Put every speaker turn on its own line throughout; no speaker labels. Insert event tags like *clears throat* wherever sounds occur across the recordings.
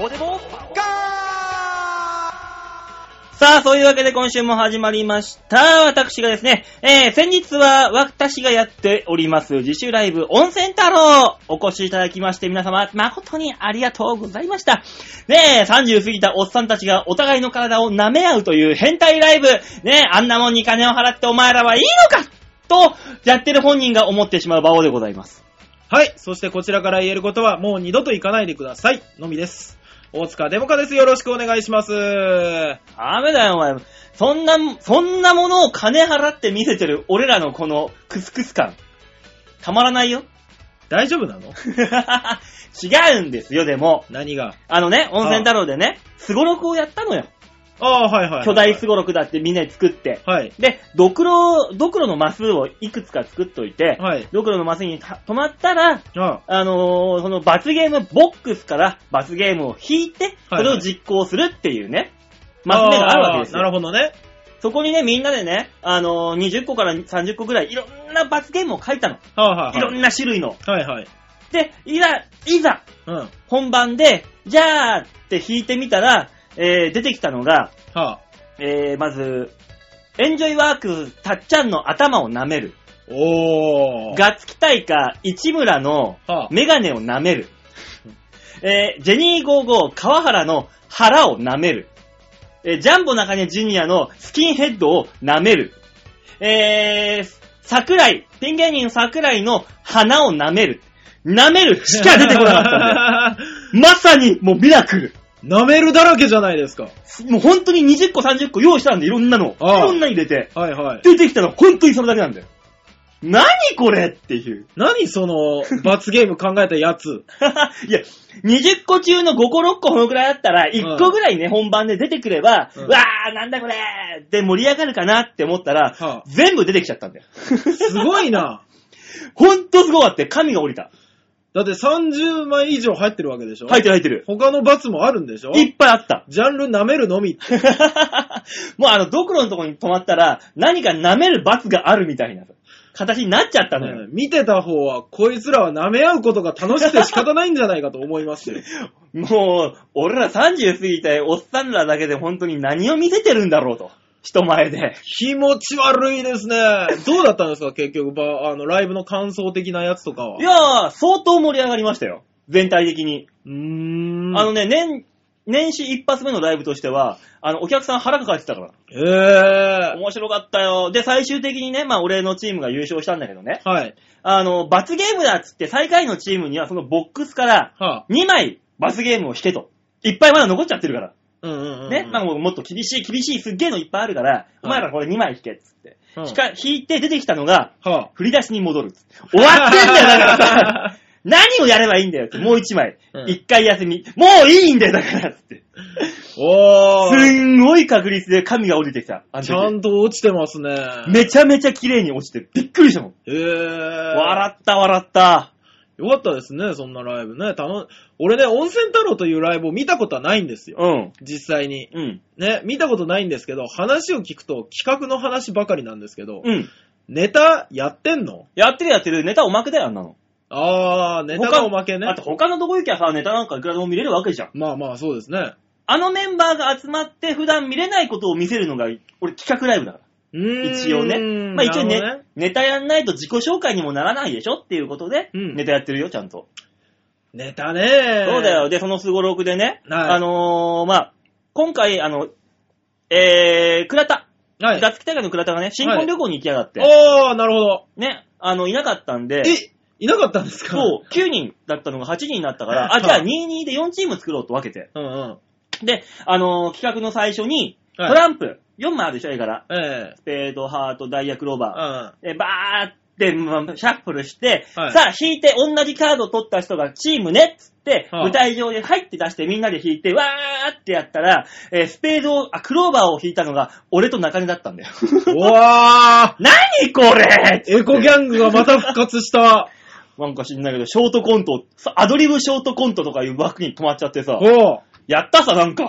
こでも、ガ
さあ、そういうわけで今週も始まりました。私がですね、えー、先日は私がやっております自主ライブ温泉太郎お越しいただきまして皆様誠にありがとうございました。ねえ、30過ぎたおっさんたちがお互いの体を舐め合うという変態ライブ。ねえ、あんなもんに金を払ってお前らはいいのかと、やってる本人が思ってしまう場をでございます。
はい。そしてこちらから言えることは、もう二度と行かないでください。のみです。大塚デモカです。よろしくお願いします。
ダメだよ、お前。そんな、そんなものを金払って見せてる俺らのこのクスクス感。たまらないよ。 *laughs*
大丈夫なの
違うんですよ、でも。
何が
あのね、温泉太郎でね、スゴロクをやったのよ。
ああ、はいはいはい、
巨大スゴロクだってみんなで作って。
はい。
で、ドクロ、ドクロのマスをいくつか作っといて、
はい。
ドクロのマスにた止まったら、
あ
あのーその罰ゲームボックスから罰ゲームを引いて、そ
はい
れを実行するっていうね、マス目があるわけですよ
な。るほどね。
そこにね、みんなでね、あのー20個から30個ぐらい、いろんな罰ゲームを書いたの。
はあ、はいい
ろ
はい。
んな種類の。
はいはい。
で、いざ、いざ、
うん。は
本番で、じゃあって弾いてみたら、えー出てきたのが、
あ。
えーまず、エンジョイワークスたっちゃんの頭を舐める。
おー。
ガッツキ大会市村の
はあ。
メガネを舐める。えージェニー55川原の腹を舐める。えージャンボ中根ジュニアのスキンヘッドを舐める。えー、桜井、ピン芸人桜井の鼻を舐める。舐めるしか出てこなかったんだ
*laughs*
よ。
んで。
まさにもうミラクル。
舐めるだらけじゃないですか。
もう本当に20個30個用意したんで、いろんなの。い
ああ
ろんなの入れて。
はいはい。
出てきたのは本当にそれだけなんだよ。何これっていう。
何その、罰ゲーム考えたやつ。
*laughs* いや、20個中の5個6個このくらいあったら、1個ぐらいね、本番で出てくれば、
うん
わー、なんだこれーって盛り上がるかなって思ったら、
はあ
全部出てきちゃったんだよ。 *laughs*
すごいな。
ほんとすごかったよ。神が降りた。
だって30枚以上入ってるわけ
*laughs*
でしょ
入ってる入ってる。
他の罰もあるんでしょ
いっぱいあった。 *laughs*
ジャンル舐めるのみって。
もうあの、ドクロのとこに止まったら、何か舐める罰があるみたいな形になっちゃったのよ。
ね見てた方は、こいつらは舐め合うことが楽しくて仕方ないんじゃないかと思います
*laughs*
よ。
もう、俺ら30過ぎたおっさんらだけで本当に何を見せてるんだろうと。人前で。
気持ち悪いですね。どうだったんですか結局、ば、あの、ライブの感想的なやつとかは。
いやー、相当盛り上がりましたよ。全体的に。
うーん。
あのね、年、年始一発目のライブとしては、あの、お客さん腹抱えてたから。
ええ
面白かったよ。で、最終的にね、まあ、俺のチームが優勝したんだけどね。
ー。はい。
あの、罰ゲームだっつって、最下位のチームには、そのボックスから、
はあ。
2枚、罰ゲームを引けと。いっぱいまだ残っちゃってるから。
うんうんうん。
ね、まあ、もうもっと厳しい、厳しい、すっげえのいっぱいあるから、お前らこれ2枚引けっつって。
うん
ひか引いて出てきたのが、
は
振り出しに戻るっつって。終わってんだよ、だからさ。
*laughs*
何をやればいいんだよって、もう一枚
う。ん
一、回休み。もういいんだよ、だからっつって。
*laughs* あ。お
す
ー。
んごい確率で神が降りてきた。あの時
ちゃんと落ちてますね。
めちゃめちゃ綺麗に落ちて、びっくりしたもん。
えー。
笑った、笑った。
よかったですね、そんなライブね。たの、俺ね、温泉太郎というライブを見たことはないんですよ。
うん。
実際に。
うん。
ね、見たことないんですけど、話を聞くと企画の話ばかりなんですけど、
うん。
ネタやってんの
やってるやってる。ネタおまけだよ、あんなの。
あー、ネタのおまけね
あ。と他のとこ行きゃさ、ネタなんかいくらでも見れるわけじゃん。
まあまあ、そうですね。
あのメンバーが集まって普段見れないことを見せるのが、俺企画ライブだから。
うーん
一応ね。まあ一応ね
なるほど
ネタやんないと自己紹介にもならないでしょっていうことで、
うん
ネタやってるよ、ちゃんと。
ネタね。
そうだよ。。で、そのスゴロクでね、
はい
あのーまあ、今回、あの、えー、倉田、
はい。
ガッツキ大会の倉田がね、新婚旅行に行きやがって、
おー、なるほど。
ね、あの、いなかったんで、
え、いなかったんですか
そう、9人だったのが8人になったから、
*laughs* は
あ、
い
じゃあ22で4チーム作ろうと分けて。
う。うんうん。
で、あのー企画の最初に、ト
はい
ランプ、4枚あるでしょ、絵柄。
ええ
スペード、ハート、ダイヤ、クローバー。
うん。
えーバーって、まあシャッフルして、
はい
さあ、引いて、同じカード取った人がチームねっつって、
はあ
舞台上で入って出してみんなで引いて、わーってやったら、えースペードを、あ、クローバーを引いたのが、俺と中根だったんだよ。 *laughs*
うわ
何これ
ーエコギャングがまた復
*laughs*
活した。
なんか知んないけど、ショートコント、さアドリブショートコントとかいう枠に止まっちゃってさ、
おー。
やったさ、なん *laughs* か。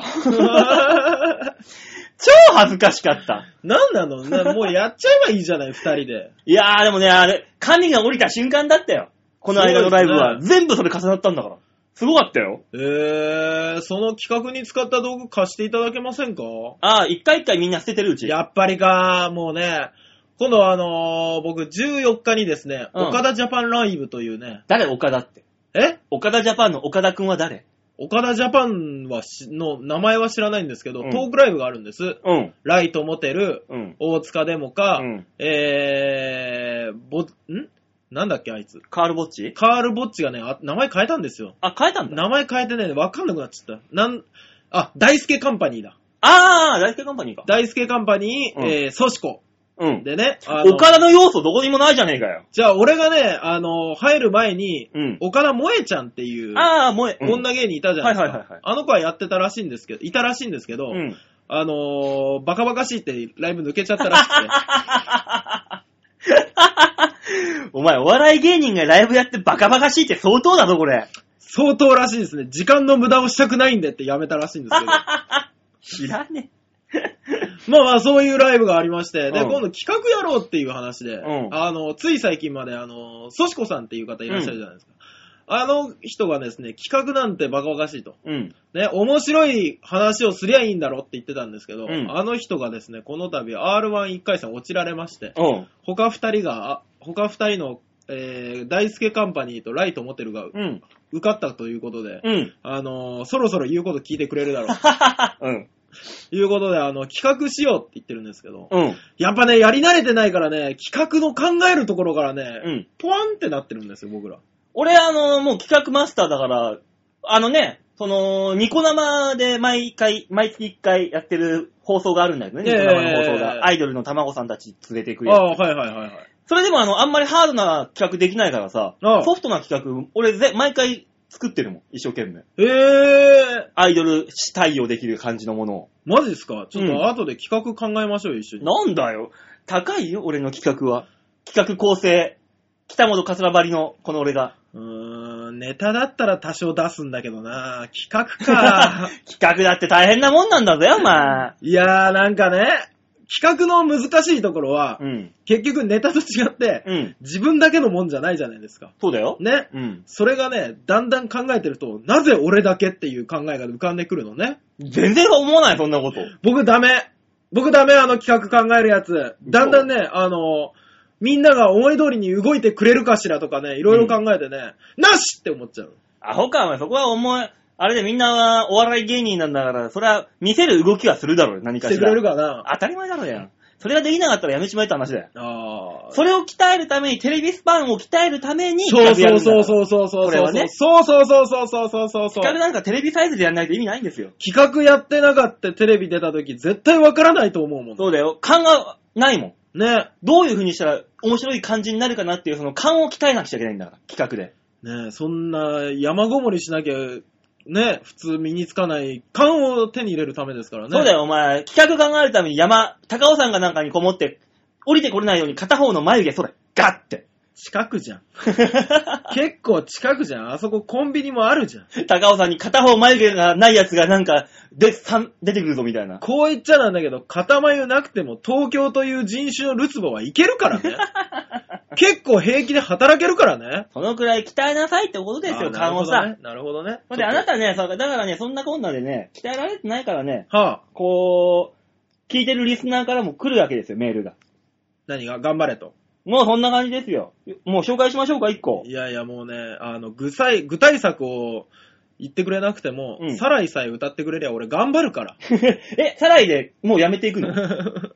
超恥ずかしかった。
*laughs* なんなのなもうやっちゃえばいいじゃない、二人で。
いやー、でもね、あれ、神が降りた瞬間だったよ。この間のライブは。
そう
全部それ重なったんだから。すごかったよ。
えー、その企画に使った道具貸していただけませんか
ああ、一回一回みんな捨ててるうち。
やっぱりか、もうね、今度はあのー僕14日にですね、
うん
岡田ジャパンライブというね、
誰岡田って。
え
岡田ジャパンの岡田くんは誰
岡田ジャパンはし、の名前は知らないんですけど、
うん
トークライブがあるんです。
うん。
ライトモテル、
うん。
大塚デモか、
うん
えー、ぼ、んなんだっけあいつ。
カールボッチ
カール・ボッチがね、あ名前変えたんですよ。
あ、変えたんだ。
名前変えてね、わかんなくなっちゃった。なん、あ、大輔カンパニーだ。
ああ、ライフカンパニーか。
大輔カンパニー、
うん
えー、ソシコ。
うん。
でね、あの
岡田の要素どこにもないじゃねえかよ。
じゃあ俺がね、あの、入る前に、
うん。
岡田萌えちゃんっていう、
ああ、もえ。
女芸人いたじゃないです
は
か、
いはいはいはい
あの子はやってたらしいんですけど、いたらしいんですけど、
うん。
あのーバカバカしいってライブ抜けちゃったらしくて。
*laughs* お前、お笑い芸人がライブやってバカバカしいって相当だぞ、これ。
相当らしいですね。時間の無駄をしたくないんでってやめたらしいんです
知
けど。
らね
まあまあ、そういうライブがありまして、で、
うん
今度企画やろうっていう話で、
うん
あの、つい最近まで、あの、ソシコさんっていう方いらっしゃるじゃないですか。あの人がですね、企画なんてバカバカしいと。
え。うん。
ね、面白い話をすりゃいいんだろって言ってたんですけど、
うん
あの人がですね、この度 R11 回戦落ちられまして、
おう。
他二人が、あ他二人の、えー、大輔カンパニーとライトモテルが
うん。
受かったということで、
うん。
あのーそろそろ言うこと聞いてくれるだ
*laughs*
ろう。
うん。
ということで、あの、企画しようって言ってるんですけど、
うん。
やっぱね、やり慣れてないからね、企画の考えるところからね、
うん。
ポワンってなってるんですよ、僕ら。
俺、あの、もう企画マスターだから、あのね、その、ニコ生で毎回、毎月1回やってる放送があるんだけどね、
ええ
ニコ生の放送が。アイドルの卵さんたち連れてくれ
ああ、はいはいはいはい。
それでもあの、あんまりハードな企画できないからさ
ああ、
ソフトな企画、俺ぜ、毎回作ってるもん、一生懸命。
ええー、
アイドル対応できる感じのものを。
マジですかちょっ
うん
と後で企画考えましょうよ、一緒に。
なんだよ。高いよ、俺の企画は。企画構成。北本桂張りの、この俺が。 *laughs*
うーん、ネタだったら多少出すんだけどな企画 *laughs* か。
企画だって大変なもんなんだぜ、お前。
いやー、なんかね、企画の難しいところは、
うん。
結局ネタと違って、
うん。
自分だけのもんじゃないじゃないですか。
そうだよ。
ね。
うん。
それがね、だんだん考えてると、なぜ俺だけっていう考えが浮かんでくるのね。
全然思わない、そんなこと。
僕ダメ。僕ダメ、あの企画考えるやつ。だんだんね、あの、みんなが思い通りに動いてくれるかしらとかね、いろいろ考えてね、なしって思っちゃう。
アホか、お前。そこは思い、あれでみんなはお笑い芸人なんだから、それは見せる動きはするだろう、何
し
かしてら。
くれるかな
当たり前だろうやん。それができなかったらやめちまえって話だよ。
あー
それを鍛えるために、テレビスパンを鍛えるために、
そうそうそう
う。
そうそうそう
これ
そう
はね
そうそうそうそうそうそうそうそう。
企画なんかテレビサイズでやんないと意味ないんですよ。
企画やってなかったテレビ出た時絶対わからないと思うもん。
そうだよ。勘がないもん。
ね。
どういう風にしたら面白い感じになるかなっていう、その勘を鍛えなくちゃいけないんだから、企画で。
ねそんな山ごもりしなきゃ、ね、普通身につかない勘を手に入れるためですからね。
そうだよ、お前。企画考えるために山、高尾山かなんかにこもって、降りてこれないように片方の眉毛、それ、ガッて。
近くじゃん。 *laughs* 結構近くじゃん。あそこコンビニもあるじゃん。
高尾山に片方眉毛がないやつがなんか、で、さん出てくるぞ、みたいな。
こう言っちゃなんだけど、片眉なくても東京という人種のルツボはいけるからね。
*laughs*
結構平気で働けるからね。
そのくらい鍛えなさいってことですよ、
あ
勘をさ。。
なるほどね。
だっ
な
て
る
あ
ほど
な
ね。
たね、そうだからね、そんなこんなでね、鍛えられてないからね、
はあ、
こう、聞いてるリスナーからも来るわけですよ、メールが。
何が頑張れと。
もうそんな感じですよ。もう紹介しましょうか、一個。 *laughs*
いやいや、もうね、あの、具体、具体策を言ってくれなくても、
うん
サライさえ歌ってくれりゃ俺頑張るから。
え、サライでもうやめてい
*laughs*
くのも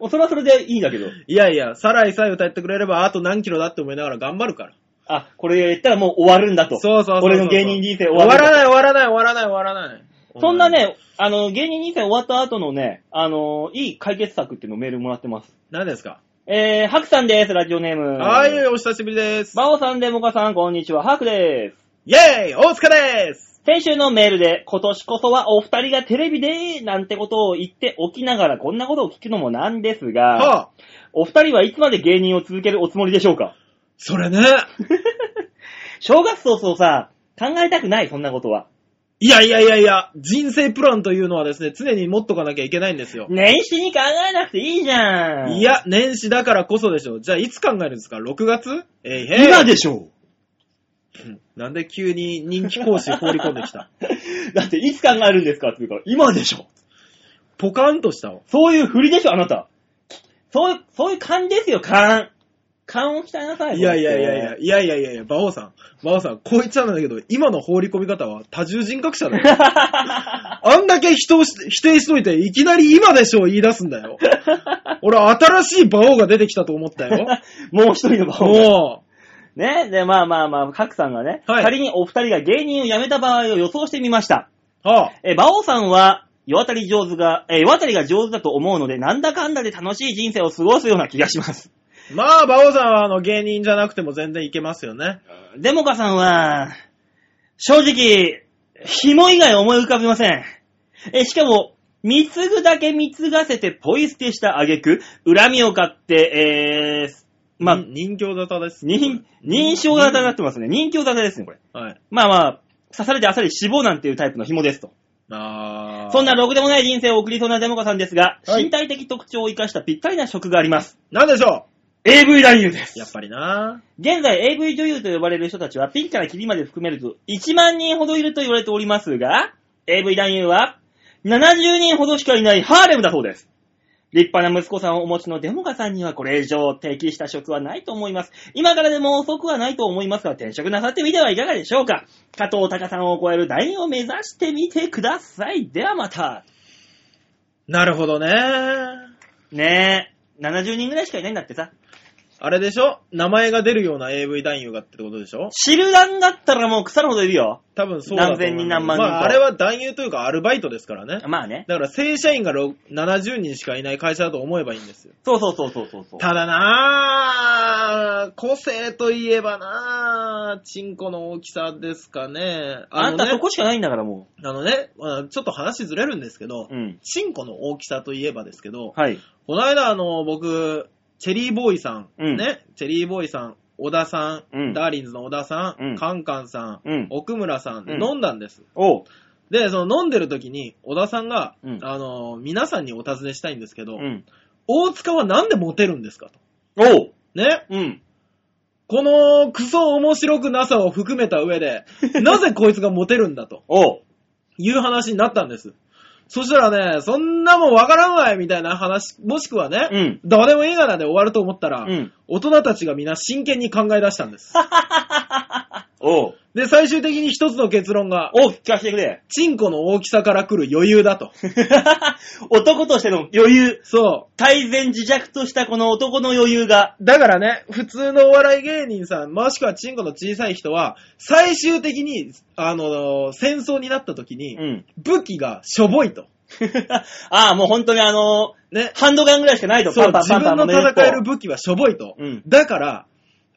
うそれはそれでいいんだけど。
いやいや、サライさえ歌ってくれればあと何キロだって思いながら頑張るから。
あ、これやったらもう終わるんだと。
そうそうそうそう
俺の芸人人生終
終
わるんだと。
わらない終わらない終わらない終わらない。
*laughs* そんな。ね、あの、芸人人生終わった後のね、あの、いい解決策っていうのをメールもらってます。
何ですか
えー、ハクさんです、ラジオネーム。
はい、。お久しぶりです。
バオさん、デモカさん、こんにちは。ハクです。
イェーイ大塚です
先週のメールで、今年こそはお二人がテレビで、なんてことを言っておきながら、こんなことを聞くのもなんですが、
はあ、
お二人はいつまで芸人を続けるおつもりでしょうか
それね。
正月早々さ、考えたくない、そんなことは。
いやいやいやいや、人生プランというのはですね、常に持っとかなきゃいけないんですよ。
年始に考えなくていいじゃん。
い、や、年始だからこそでしょ。じゃあいつ考えるんですか ?6 月えいへい。
今でしょう。
なんで急に人気講師放り込んできた
*laughs* だって、いつ考えるんですかっていうか、 *laughs* 今でしょ。
ポカーンとしたわ。
そういう振りでしょ、あなた。そういう、そういう勘ですよ、勘。勘を鍛えなさい。
いやいやいやいや、
こ
いやいやいやいや、馬王さん。馬王さん、こう言っちゃうんだけど、今の放り込み方は多重人格
*laughs*
者だよ。あんだけ人をし否定しといて、いきなり今でしょ言い出すんだよ。俺、新しい馬王が出てきたと思った
*laughs*
よ。
うやって。もう一人の場合。
も
ね、で、まあまあまあ、各さんがね、
はい
仮にお二人が芸人を辞めた場合を予想してみました。
う、はあ、
え、馬王さんは、世渡り上手が、え、世渡りが上手だと思うので、なんだかんだで楽しい人生を過ごすような気がします。
まあ、馬王さんはあの芸人じゃなくても全然いけますよね。
デモカさんは、正直、紐以外思い浮かびません。え、しかも、貢ぐだけ貢がせてポイ捨てした挙句、恨みを買って、えー、まあ
に、人形沙汰です。
認、認証型になってますね。認証型ですね、これ。
はい。
まあまあ、刺されてあっさり死亡なんていうタイプの紐ですと。
あー
そんなろくでもない人生を送りそうなデモカさんですが、
はい
身体的特徴を生かしたぴったりな職があります。
なんでしょ
AV 男優で
う
す。
やっぱりな。
現在 AV 女優と呼ばれる人たちはピンからキリまで含めると1万人ほどいると言われておりますが、AV 男優は70人ほどしかいないハーレムだそうです。立派な息子さんをお持ちのデモカさんにはこれ以上適した職はないと思います。今からでも遅くはないと思いますが、転職なさってみてはいかがでしょうか加藤隆さんを超える男優を目指してみてください。ではまた。
なるほどね。
ねえ、70人ぐらいしかいないんだってさ。
あれでしょ名前が出るような AV 男優がってことでしょ
知る団だったらもう腐るほどいるよ。
多分そうだと思う
何千人何万人
ま
と
あ、あれは男優というかアルバイトですからね。
まあね。
だから正社員がろ70人しかいない会社だと思えばいいんですよ。
そうそうそうそうそうそう。
ただなぁ、個性といえばなぁ、チンコの大きさですかね。
あ
の
ん
ね
たそこしかないんだからも
あのね、まあちょっと話ずれるんですけど、
う。うん。
チンコの大きさといえばですけど、
はい。
この間あの、僕、チェリーボーイさん、
うん
ね、チェリーボーイさん、小田さん、
うん
ダーリンズの小田さん、
うん
カンカンさん、
うん
奥村さん、
うん
飲んだんです。
おう。
で、その飲んでる時に、小田さんが、
うん
あの、皆さんにお尋ねしたいんですけど、
うん。
大塚はなんでモテるんですか
お
と。
う。
ね、
うん。
このクソ面白くなさを含めた上
*laughs*
で、なぜこいつがモテるんだと
おう。
いう話になったんです。そしたらね、そんなもんわからんわいみたいな話、もしくはね、
うん
誰でもいいがなで終わると思ったら、
うん
大人たちがみんな真剣に考え出した
*laughs*
んです。
おう。
で、最終的に一つの結論が、
おう、聞かせてくれ。 *laughs*
チンコの大きさから来る余裕だと。
男としての余裕。
そう。
改善自弱としたこの男の余裕が。
だからね、普通のお笑い芸人さん、もしくはチンコの小さい人は、最終的に、あのー戦争になった時
う
に、
ん。
武器がしょぼいと。
*laughs* ああ、もう本当にあの
ね。
ハンドガンぐらいしかないと。
そう、
パン
自
パンパ
分
ンパン
の
揉めと
戦える武器はしょぼいと。
うん
だから、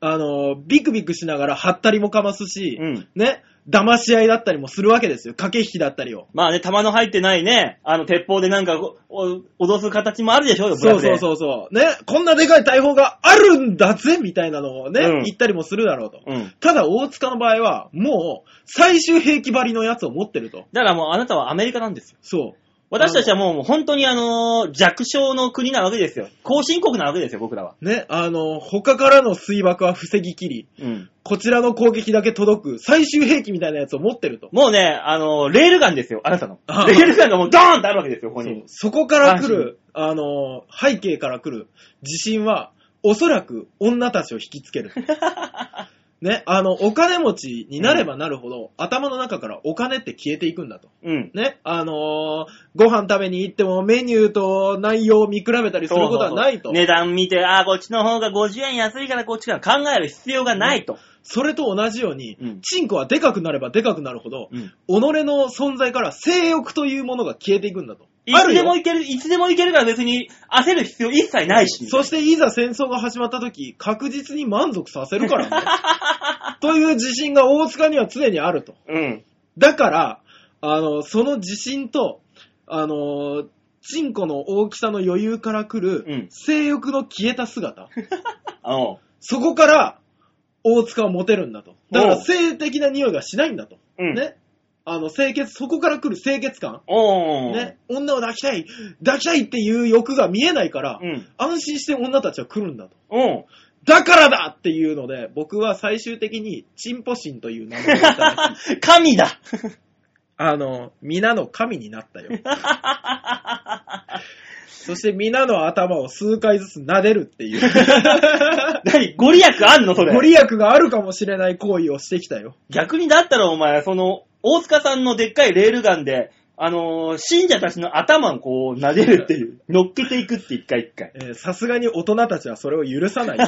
あのービクビクしながらはったりもかますし、
うん
ね、騙し合いだったりもするわけですよ。駆け引きだったりを。
まあね、弾の入ってないね、あの、鉄砲でなんかこう、お脅す形もあるでしょうよ、ブ
そ
ラ
う
フで
そうそうそう。ね、こんなでかい大砲があるんだぜみたいなのをね、
うん
言ったりもするだろうと。
うん。
ただ大塚の場合は、もう、最終兵器張りのやつを持ってると。
だからもうあなたはアメリカなんですよ。
そう。
私たちはもう本当にあのー弱小の国なわけですよ。後進国なわけですよ、僕らは。
ね、あの、他からの水爆は防ぎきり、
うん。
こちらの攻撃だけ届く、最終兵器みたいなやつを持ってると。
もうね、あのーレールガンですよ、あなたの
あ。
レールガンがもうドーンってあるわけですよ、ここ
そう
に。
そこから来る、あの、背景から来る地震は、おそらく女たちを引きつける。
*laughs*
ね、あの、お金持ちになればなるほど、頭の中からお金って消えていくんだと。
うん。
ね、あのーご飯食べに行ってもメニューと内容を見比べたりすることはない
そうそうそ
と。
う値段見て、ああ、こっちの方が50円安いからこっちから考える必要がないと。
それと同じように、
うん
チンコはでかくなればでかくなるほど、
うん。
己の存在から性欲というものが消えていくんだと。
いつでも
よ
いける、いつでもいけるから別に焦る必要一切ないし。
そしていざ戦争が始まった時、確実に満足させるからね。
*laughs*
という自信が大塚には常にあると。
うん。
だから、あの、その自信と、あの、チンコの大きさの余裕から来る、
うん
性欲の消えた姿。
あの、
そこから、大塚はモテるんだと。だか
お
ら
う
性的な匂いがしないんだと。
うん
ね。あの、清潔、そこから来る清潔感。
おー。
ね。女を抱きたい、抱きたいっていう欲が見えないから、
うん。
安心して女たちは来るんだと。
おー。
だからだっていうので、僕は最終的に、チンポシンという名前をいた
*laughs*
だき、
神だ
あの、皆の神になったよ。そして皆の頭を数回ずつ撫でるっていう、
*laughs* 何ご利益あんのそ
ご
れ。
利益があるかもしれない行為をしてきたよ。
逆にだったらお前、その、大塚さんのでっかいレールガンで、あのー信者たちの頭をこう、撫でるっていう。乗っけていくって一回一回。
えーさすがに大人たちはそれを許さないよ。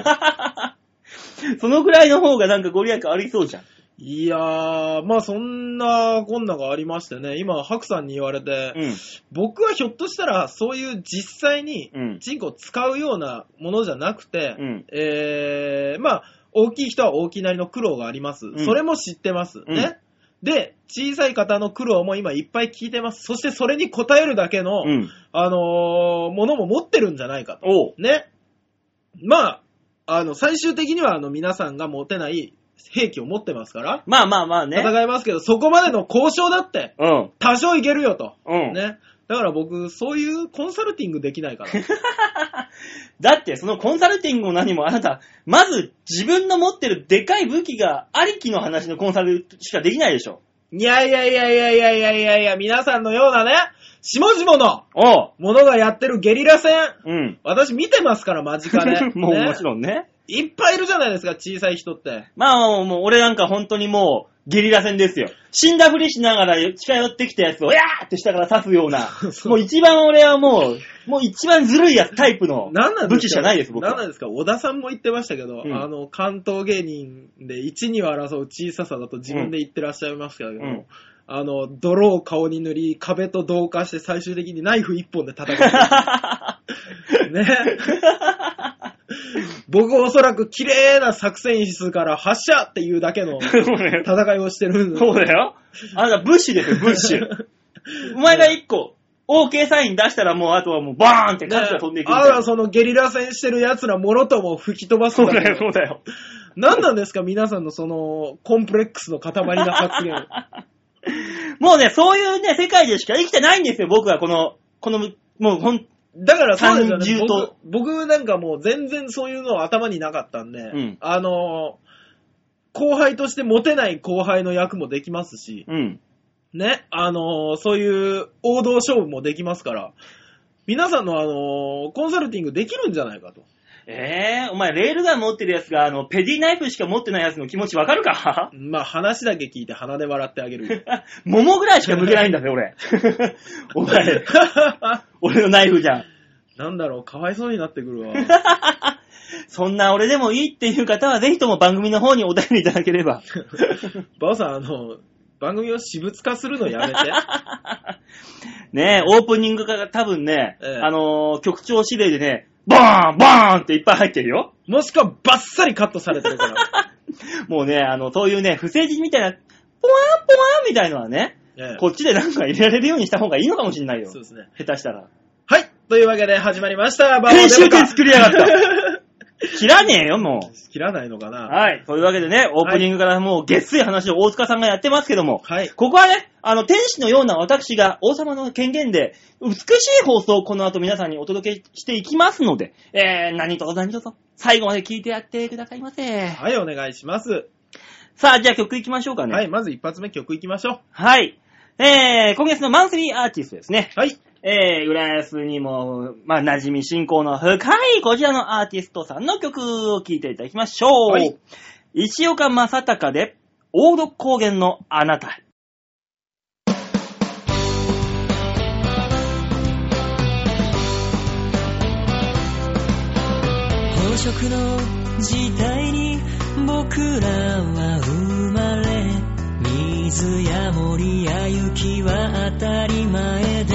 そのぐらいの方がなんかご利益ありそうじゃん。
いやー、まあそんなこんながありましてね、今、ハクさんに言われて、
うん。
僕はひょっとしたら、そういう実際に
うん、
チンコを使うようなものじゃなくて、
うん
えー、まあ、大きい人は大きいなりの苦労があります。
ん
それも知ってます。
うん
ね。で、小さい方の苦労も今いっぱい聞いてます。そしてそれに応えるだけの、
うん。
あのーものも持ってるんじゃないかと。
おう。
ね。まあ、あの、最終的には、あの、皆さんが持てない兵器を持ってますから、
まあまあまあね。
戦いますけど、そこまでの交渉だって、
うん。
多少いけるよと。
うん。
ね。だから僕、そういうコンサルティングできないかな。
だって、そのコンサルティングも何もあなた、まず自分の持ってるでかい武器がありきの話のコンサルしかできないでしょ。
*laughs* いやいやいやいやいやいやいやいや、皆さんのようなね、下々の
おう。
ものがやってるゲリラ戦、
うん。。
私見てますから、間近で *laughs*
*laughs* もう
ね
もちろんね。
いっぱいいるじゃないですか、小さい人 *laughs* って。
まあもうもう俺なんか本当にもうゲリラ戦ですよ。死んだふりしながら近寄ってきたやつを、やーって下から刺すような
そう、そう
もう一番俺はもう、もう一番ずるいやつタイプの
*laughs* 何なんですか
武器しかないです、僕は。
何なんですか小田さんも言ってましたけど、
うん
あの、関東芸人で1、2を争う小ささだと自分で言ってらっしゃいましたけど、
うん
あの、泥を顔に塗り、壁と同化して最終的にナイフ1本で戦う。
*laughs*
ね。僕おそらく綺麗な作戦室から発射っていうだけ
*laughs*
の
そうね
戦いをしてるんで
そうだよ。あなた、ブッシュですよ、ブッシュ。お前が一個、OK サイン出したらもう、あとはもう、バーンってカツが飛んでいくみたい
あ
な
ら、そのゲリラ戦してる奴らもろとも吹き飛ばす
そ
ん
う
だ
だ
け
よ、
ど
そうだよ。
何なんですか皆さんのその、コンプレックスの塊な発言。
もうね、そういうね、世界でしか生きてないんですよ、僕は、この、この、もう、ほん、
だからそうですよ
単純
ね
と
僕。僕なんかもう全然そういうの頭になかったんで、
うん
あのー後輩としてモテない後輩の役もできますし、
うん。
ね、あのーそういう王道勝負もできますから、皆さんのあのーコンサルティングできるんじゃないかと。
えー、お前、レールガン持ってるやつが、あの、ペディナイフしか持ってないやつの気持ちわかるか *laughs*
まあ話だけ聞いて鼻で笑ってあげる。
桃ぐらいしか向けないんだぜ、俺。 *laughs* お前、俺のナイフじゃん。
*laughs* なんだろう、かわいそうになってくるわ。
*laughs* そんな俺でもいいっていう方は、ぜひとも番組の方にお便りいただければ。
バオさん、あの、番組を私物化するのやめて。
ねえ、オープニングが多分ね、
ええ
あのー局長指令でね、バーンバーンっていっぱい入ってるよ。
もしくはバッサリカットされてるから。
*laughs* もうね、あの、そういうね、不正人みたいな、ポワンポワンみたいのはね、
ええ
こっちでなんか入れられるようにした方がいいのかもしれないよ。
そうですね。
下手したら。
はい。というわけで始まりました。バオ
編集
デモ
点
カ
作りやがった。切らねえよ、もう。
*laughs* 切らないのかな
はい。というわけでね、オープニングからもう、げっつい話を大塚さんがやってますけども、
はい。
ここはね、あの、天使のような私が王様の権限で、美しい放送をこの後皆さんにお届けしていきますので、えー、何とぞ何とぞ、最後まで聞いてやってくださいませ。
はい、お願いします。
さあ、じゃあ曲いきましょうかね。
は
はい。
い、まず一発目曲いきましょう。
えー、今月のマンスリーアーティストですね。
はい。
えー、浦安にも、まあ、馴染み親交の深いこちらのアーティストさんの曲を聴いていただきましょう。
はい
石岡正隆で、王道高原のあなた。
飽食の時代に僕らは生まれ水や森や雪は当たり前で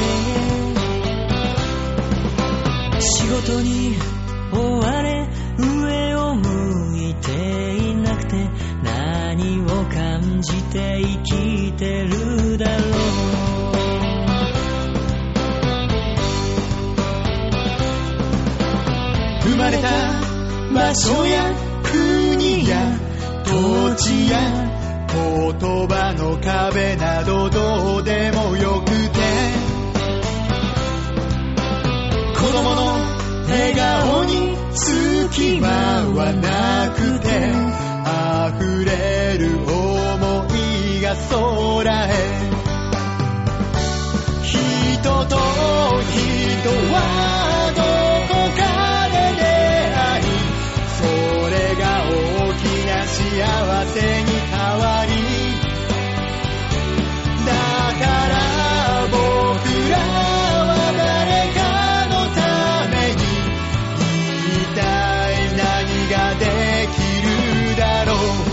仕事に追われ上を向いていなくて何を感じて生きてるだろう生まれた場所や国や土地や言葉の壁などどうでもよくて子供の笑顔に隙間はな空へ人と人はどこかで出会いそれが大きな幸せに変わりだから僕らは誰かのために一体何ができるだろう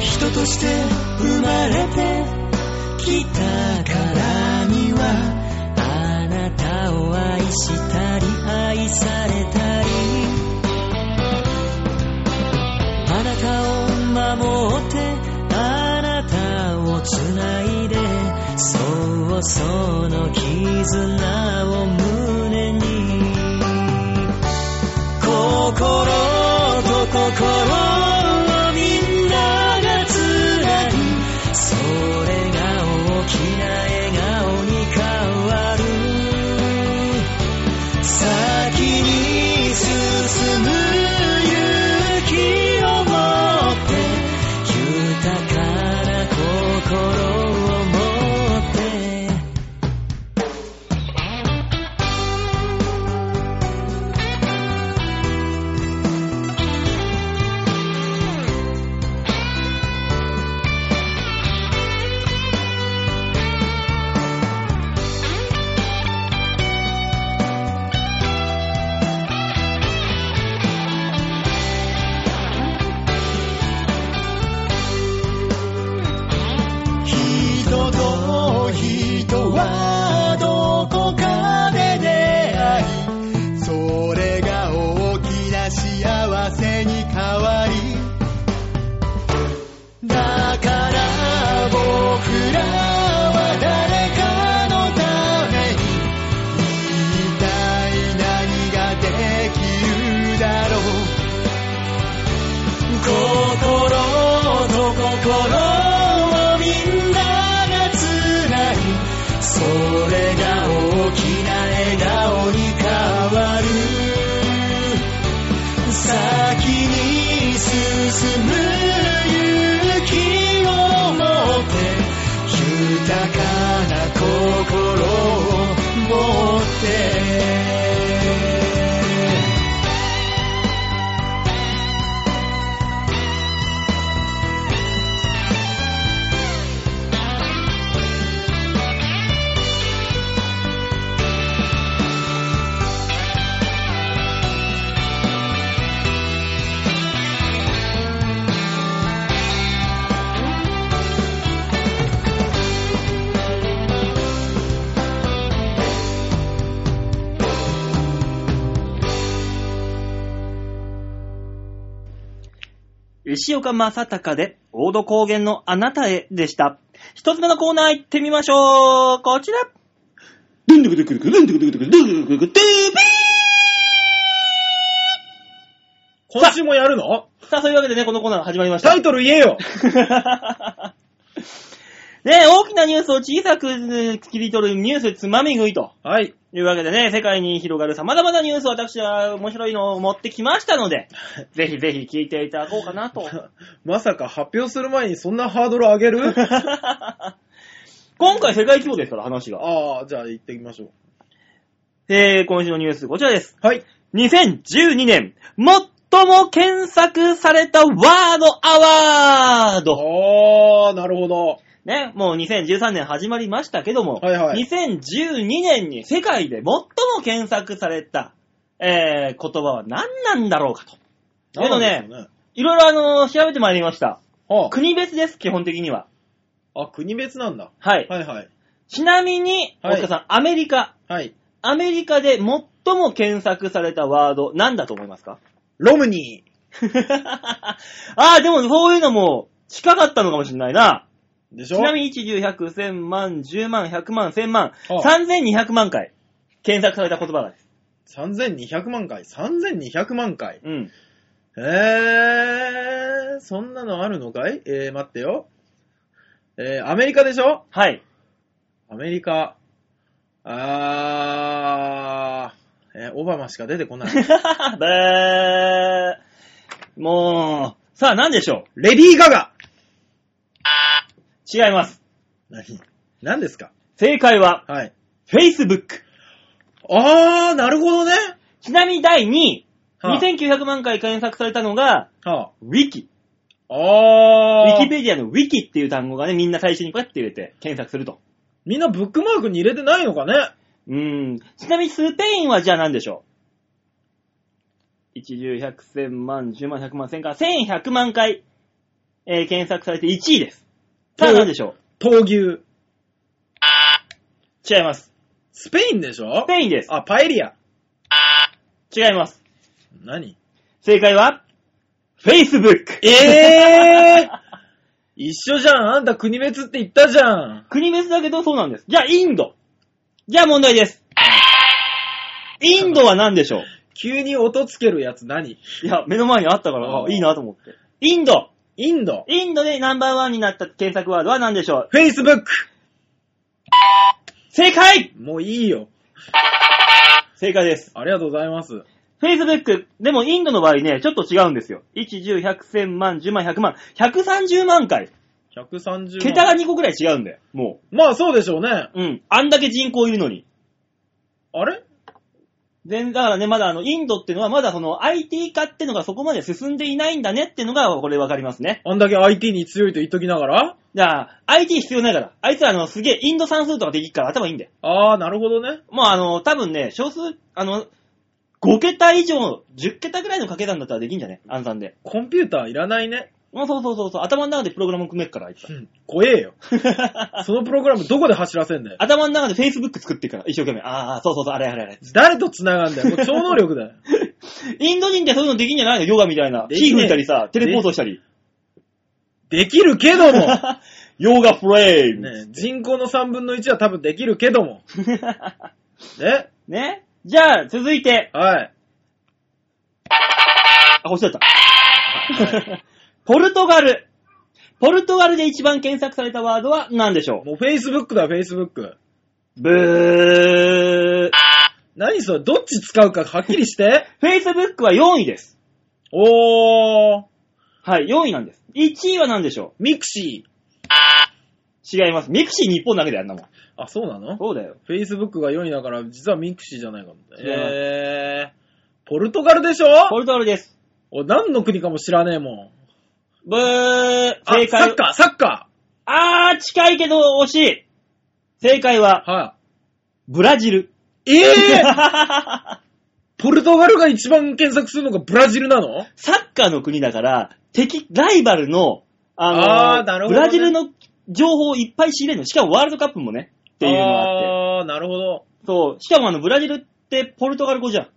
人として生まれてきたからにはあなたを愛したり愛されたりあなたを守ってあなたをつないでそうその絆を胸に心と心をみんながつないでそれが大きな笑顔に変わる先に進む勇気を持って豊かな心を持って人と人はどこかで出会いそれが大きな幸せに変わりだから僕らは誰かのために一体何ができるだろう心と心をみんながつないでそれが大きな笑顔に変わる先に進む勇気を持って豊かな心を持って
石岡正隆で、大戸高原のあなたへでした。一つ目のコーナー行ってみましょう。こちら。ドゥンドゥクドゥクドゥクドゥンドゥクドゥクドゥクドゥクドゥクドゥク
今週もやるの
さあ、そういうわけでね、このコーナーが始まりました
タ。イトル言えよ
*laughs* ね大きなニュースを小さくえー切り取るニュースつまみ食いと
はい。
いうわけでね、世界に広がる様々なニュースを私は面白いのを持ってきましたので、 *laughs* ぜひぜひ聞いていただこうかなと。
まさか発表する前にそんなハードル上げ *laughs* る
*laughs* 今回世界規模ですから、話が。
ああ、じゃあ行ってみましょう。
えー、今週のニュースこちらです。
はい。
2012年、最も検索されたワードアワード。
ああ、なるほど。
ね、もう2013年始まりましたけども、
はいはい
2012年に世界で最も検索された、えー、言葉は何なんだろうかと。けどね
なんでしょうね。
いろいろあのー調べてまいりました。
は
国別です、基本的には。
あ、あ、国別なんだ。
はい。
はいはい。
ちなみに、
はい
大塚さん、アメリカ。
はい。
アメリカで最も検索されたワード、何だと思います *laughs* か
ロムニ
ああ、でもそういうのも近かったのかもしれないな。
ー。でし
ち
ょ
なみに1、10、100、1000万、10万、100万、1000万、
はあ
3200万回検索された言葉がです。
3200万回。3200万回。
うん。
えー、そんなのあるのかいえー、待ってよ。えー、アメリカでしょ
はい。 *laughs*
アメリカ。
*laughs*
あー、えー、オバマしか出てこない。
ブー。もう、さあ何でしょ
レディー・ガガ。
う違います。
何何ですか
正解は、
はい。
Facebook。
あー、なるほどね。
ちなみに第2位、
は
2900万回検索されたのが、
あ、は
Wiki。
あ、あ
Wikipedia
ー。
の Wiki っていう単語がね、みんな最初にこうやって入れて検索すると。
みんなブックマークに入れてないのかね
うーん。ちなみにスペインはじゃあ何でしょう ?10、100、1000万、10万、100万、1000回、1100万回、えー検索されて1位です。さあ何でしょ
闘牛。
う違います。
スペインでしょ
スペインです。
あ、パエリア。
違います。
何
正解は、Facebook。
ええー、一緒じゃん。あんた国別って言ったじゃん。
国別だけどそうなんです。じゃあインド。じゃあ問題です。インドは何でしょう
急に音つけるやつ何
いや、目の前にあったから、
あ
あ
ー
いいなと思って。インド。
インド。
インドでナンバーワンになった検索ワードは何でしょう
フェイスブック。
正解
もういいよ。
正解です。
ありがとうございます。
Facebook、でもインドの場合ね、ちょっと違うんですよ。1、10、100、1000万、10万、100万、130万回。
130万。
桁が2個くらい違うんだよ。も
まあそうでしょうね。
う。うん。あんだけ人口いるのに。
あれ
全だからね、まだあの、インドってのはまだその IT 化ってのがそこまで進んでいないんだねってのが、これわかりますね。
あんだけ IT に強いと言っときながら
じゃあ、IT 必要ないから。あいつらあの、すげえインド算数とかできるから頭いいんだよ。
あー、なるほどね。
もうあの、多分ね、少数、あの、5桁以上、10桁ぐらいの掛け算だったらできんじゃね暗算で。
コンピューターいらないね。
もうそうそうそうそう、頭の中でプログラム組めっから、あいつ
うん。怖え
*laughs*
よ。
ら。
そのプログラムどこで走らせんだよ。
頭の中で Facebook 作ってるから、一生懸命。ああ、そうそうそう、あれあれあれ。
誰と繋がんだよ。もう超能力だよ。
インド人ってそういうのできんじゃないのヨガみたいな。
できねえ
火吹いたりさ、テレポートしたり。 *laughs*
できるけども、
ヨガフレーム。
ね、人口の3分の1は多分できるけども。ね
*laughs* ねじゃあ、続いて。
はい。
あ、星だった。 *laughs* ポルトガル。ポルトガルで一番検索されたワードは何でしょ
もう Facebook だ、Facebook。
うブー。
何それ、どっち使うかはっきりして。
Facebook は4位です。
おー、
はい、4位なんです。1位は何でしょ
ミクシー。
う違います。ミクシー日本だけだよ、あんなもん。
あ、そうなの
そうだよ。
?Facebook が4位だから、実はミクシーじゃないかも。
違います
えー、ポルトガルでしょ
ポルトガルです。
お何の国かも知らねえもん。
ブー。
あ、
正
サ
解
ッ。カー、サッカ
あー、近いけど惜しい。正解は、
ー。は
ブラジル。
い。え
*laughs*
ー、ポルトガルが一番検索するのがブラジルなの
サッカーの国だから、敵、ライバルの、あの
あーなるほ
ブ
どね
ラジルの情報をいっぱい仕入れるの。しかもワールドカップもね、っていうのがあって。
あー、なるほど。
そう。しかもあの、ブラジルってポルトガル語じゃん。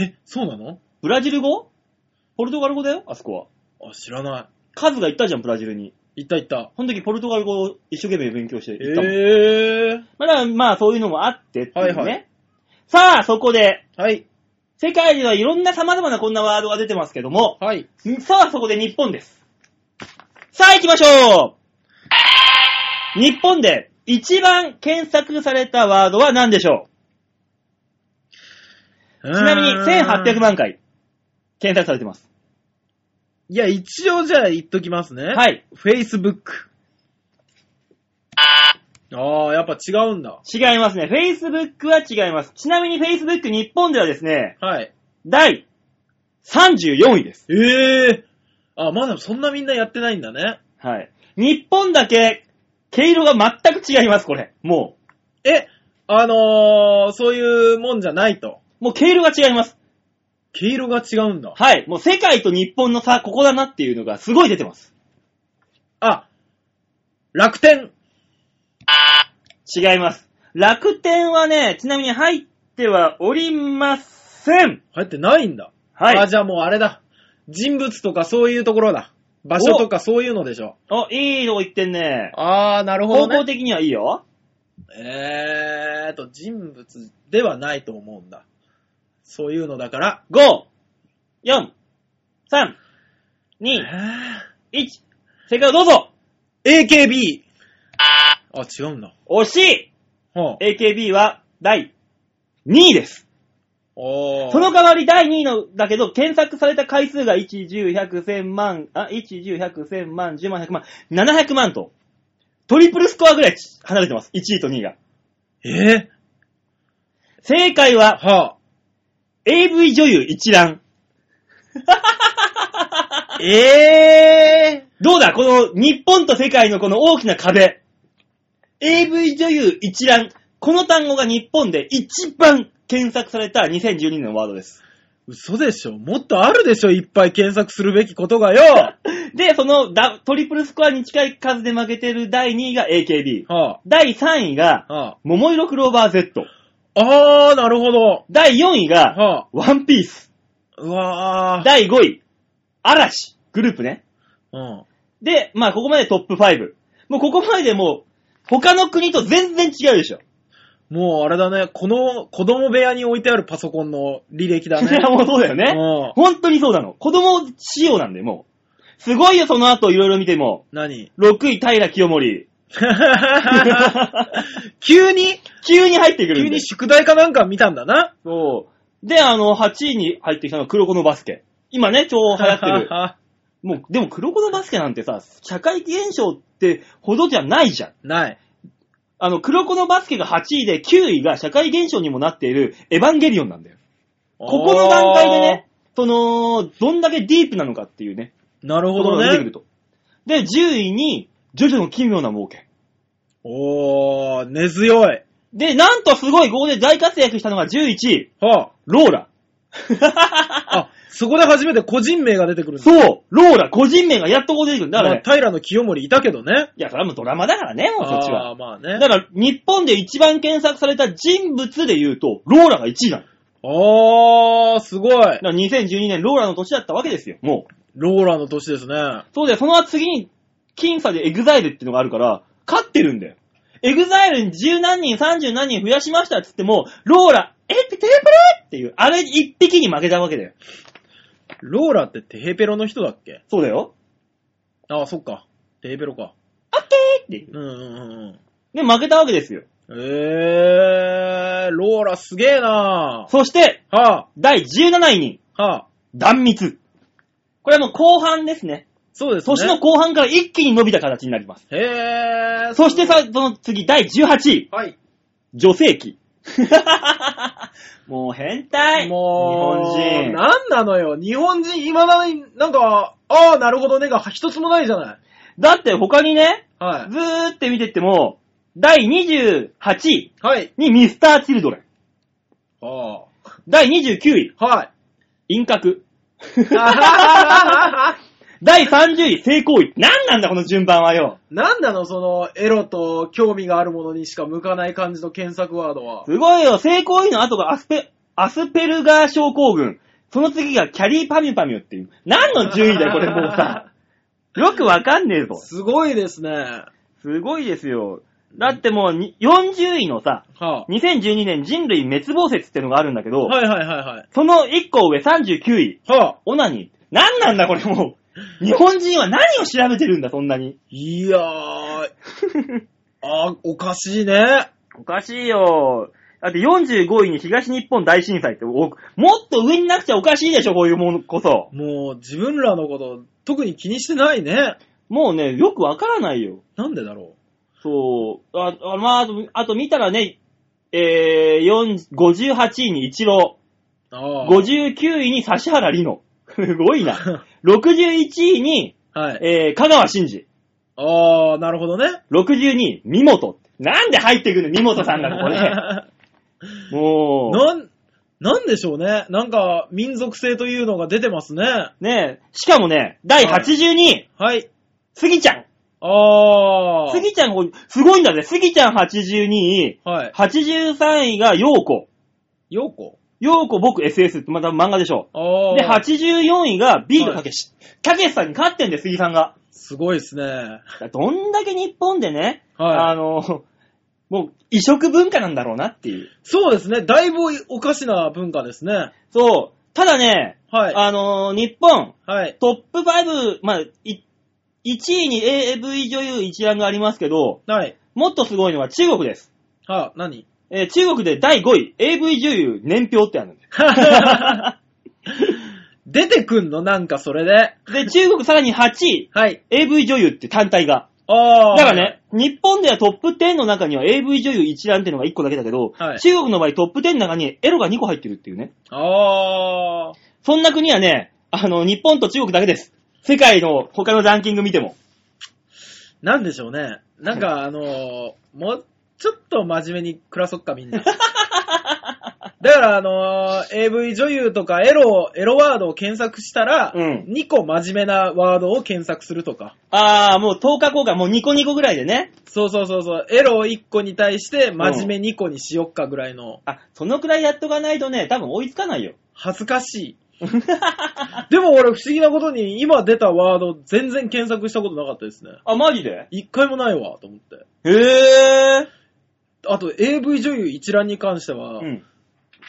え、そうなの
ブラジル語ポルトガル語だよ、あそこは。
あ、知らな
カズが行ったじゃん、ブラジルに。
い。いったいった。
その時ポルトガル語を一生懸命勉強して行ったもん。
えー、
まだ、まあ、そういうのもあってっていうね。
はいはい
さあ、そこで、
はい、
世界ではいろんな様々なこんなワードが出てますけども、
はい。
さあ、そこで日本です。さあ、行きましょう日本で一番検索されたワードは何でしょう
ち
ちなみに1800。万回検索されてます。
いや、一応じゃあ言っときますね。。
はいい。
Facebook。あー、やっぱ違うんだ。
違いますね。Facebook は違います。ちなみに Facebook 日本ではですね、
はい。
第34位です。
えー。あ、まだそんなみんなやってないんだね。
はい。日本だけ、毛色が全く違います、これ。も
え、あのー、そういうもんじゃないと。
う。もう毛色が違います。
毛色が違うんだ。
はい。もう世界と日本の差、ここだなっていうのがすごい出てます。
あ、楽天。
違います。楽天はね、ちなみに入ってはおりません。
入ってないんだ。あ、
はい。
じゃあもうあれだ。人物とかそういうところだ。場所とかそういうのでしょ。
お、いいとこ行ってんね。
あー、なる
方向。的にはいいよ。
えーと、人物ではないと思うんだ。そういうのだから。
5、4、3、
え
2、1。正解をどうぞ。
ー AKB! あ、違うんだ。
惜しい
はあ、
!AKB は第2位です。
おー
その代わり第2位の、だけど、検索された回数が1、10、100、1000万、あ、1、10、100、1000万、10万、100万、700万と、トリプルスコアぐらい離れてます。1位と2位が。
え
正解
ー
は、
は
AV 女優一覧。 *laughs*
あ。え
どうだこの日本と世界のこの大きな壁。AV 女優一覧。この単語が日本で一番検索された2012年のワードです。
嘘でしょもっとあるでしょいっぱい検索するべきことがよ
で、そのダトリプルスコアに近い数で負けてる第2位が AKB。
は
第3位が
あ。、は
桃色クローバー Z。
あ。あー、なるほど。
第4位が、
はあ。
ワンピース。
うわー。
第5位、嵐。グループね。
うん。
で、まあ、ここまでトップ5。もうここまででもう、他の国と全然違うでしょ。
もうあれだね、この子供部屋に置いてあるパソコンの履歴だ
い
ね
や、。 *laughs* もうそうだよね。
うん。
本当にそうなの。子供仕様なんで、もう。すごいよ、その後いろいろ見ても。
何 *laughs*
6位、平清盛。 *laughs*
急に
急に入ってくる
急
んで
に。宿題かなんか見たんだな。
そう。で、あの、8位に入ってきたのが黒子のバスケ。今ね、超 *laughs* 流行ってる。もう、でも黒子のバスケなんてさ、社会現象ってほどじゃないじゃん。
*laughs* ない。
あの、黒子のバスケが8位で、9位が社会現象にもなっているエヴァンゲリオンなんだよ。ここの段階でね、その、どんだけディープなのかっていうね、
あー。なる
と
ほ
ころ
ど
が出てく
ね
る。と。で、10位に、ジョジョの奇妙な冒険。
おー、根強い。
で、なんとすごい、ここで大活躍したのが11位、
は
ロー
*laughs*
ラ。
あ。あ、そこで初めて個人名が出てくるんだ。
そう、ローラ、個人名がやっとここで出てくる。だからね、
まあ、平の清盛いたけどね。
いや、それはもうドラマだからね、もうそっちは
あ。ー、まあ
だ
ね。
から、日本で一番検索された人物で言うと、ローラが1位なの。だ
あー、すごい。
から2012年、ローラの年だったわけですよ、もう。
ローラの年ですね。
そうだよ、その次に、僅差でエグザイルっていうのがあるから、勝ってるんだよ。エグザイルに10何人、30何人増やしましたっつっても、ローラ、え、テープルっていう、あれ一匹に負けたわけだよ。
ローラってテヘペロの人だっけ
そうだよ。
あー、そっか。テヘペロか。
オッケーっていう。
うんうんうんうん。
で、負けたわけですよ。
えー、ローラすげえな
そして、
ぁ。は
第17位に、
あ、はあ、
断密。これはもう後半ですね。
そうですね。
年の後半から一気に伸びた形になります。
へー。
そしてさ、その次、第18位。
はい。
女性器。 *laughs* もう変態。
もう、
日本人。
なんなのよ。日本人、未だになんか、ああ、なるほどねが一つもないじゃない。
だって他にね、
は
ずーって見てっても、第28位
い。はい。
にミスター・チルドレン。
は
第29位、
あ。はい。
陰
*laughs*
角。 *laughs* 第30位、性行為。なんなんだこの順番はよ。
なんなのその、エロと興味があるものにしか向かない感じの検索ワードは。
すごいよ、性行為の後がアスペ、アスペルガー症候群。その次がキャリーパミュパミュっていう。何の順位だよ、これもうさ。。よくわかんねえぞ。
すごいですね。は
すごいですよ。だってもうに40位のさ、
あ。
2012年人類滅亡説ってのがあるんだけど、
はいはいはいはい。
その1個上39位、
はあ。
オナニー。何なんだこれもう。日本人は何を調べてるんだそんなに。
いやー、あーおかしいね。
おかしいよ。だって45位に東日本大震災って多く、もっと上になくちゃおかしいでしょ、こういうものこそ。
もう、自分らのこと、特に気にしてないね。
もうね、よくわからないよ。
なんでだろ
そう。あ、あまあ、あとあと見たらね、えー、4 58位にイチロー。
う。ああ。
59位に指原莉乃。すごいな。61位に、
はい。
えー、香川真司。
ああ、なるほどね。
62位、三本。なんで入ってくるの三本さんがここ
*laughs*
ね。もう、
なん、なんでしょうね。なんか、民族性というのが出てますね。
ねえ、しかもね、第82位、
はい。
杉ちゃん。
ああ。
杉ちゃんこう、すごいんだぜ。杉ちゃん82位、
はい。
83位が陽子。
ようこ
陽子僕 SS ってまた漫画でしょ。
ああ。
で、84位がビートたけし。たけしさんに勝ってんで、杉さんが。
すごいですね。
どんだけ日本でね、
はい
あの、もう異食文化なんだろうなっていう。
そうですね。だいぶおかしな文化ですね。
そう。ただね、
はい。
あの、日本、
はい。
トップ5、まあ、い1位に AV 女優一覧がありますけど、
はい。
もっとすごいのは中国です。 *laughs*
はあ、何
えー中国で第5位、AV 女優年表ってあるんです。
出てくんのなんかそれで。
で、中国さらに8位、
はい。
AV 女優って単体が。
あ
だ
あ。
から。ね、日本ではトップ10の中には AV 女優一覧っていうのが1個だけだけど、
はい
中国の場合トップ10の中にエロが2個入ってるっていうね。
ああ。
そんな国はね、あの、日本と中国だけです。世界の他のランキング見ても。
なんでしょうね。なんか、あのーもうちょっと真面目に暮らそっか、みんな。だ *laughs* から、あのー AV 女優とかエロ、エロワードを検索したら、
うん
2個真面目なワードを検索するとか。
あー、もう10日後か、もう2個2個ぐらいでね。
そうそうそうそう。エロ1個に対して、真面目2個にしよっかぐらいの、
あ、そのくらいやっとかないとね、多分追いつかないよ。
恥ずか
*laughs*
しい。でも俺不思議なことに、今出たワード全然検索したことなかったですね。
あ、マジで
一回もないわ、と思って。
へー。
あと、AV 女優一覧に関しては、
うん。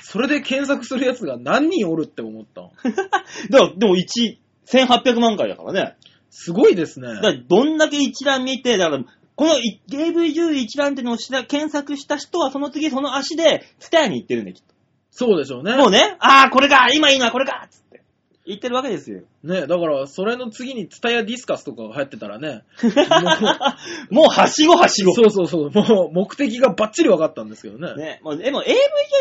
それで検索するやつが何人おるって思ったの
だから、でも1、1800万回だからね。
すごいですね。
だから、どんだけ一覧見て、だから、このい AV 10一覧っていうのをしな検索した人は、その次その足で、スターに行ってるんだよ、きっ
そうでしょうね
と。。もうね、あー、これか今いいのはこれかっつって。言ってるわけですよ。
ね、だから、それの次にツタヤディスカスとかが入ってたらね、
*laughs* もう、はしごはしご。
そうそうそう、もう目的がバッチリ分かったんですけどね。
ね、もう、でも AV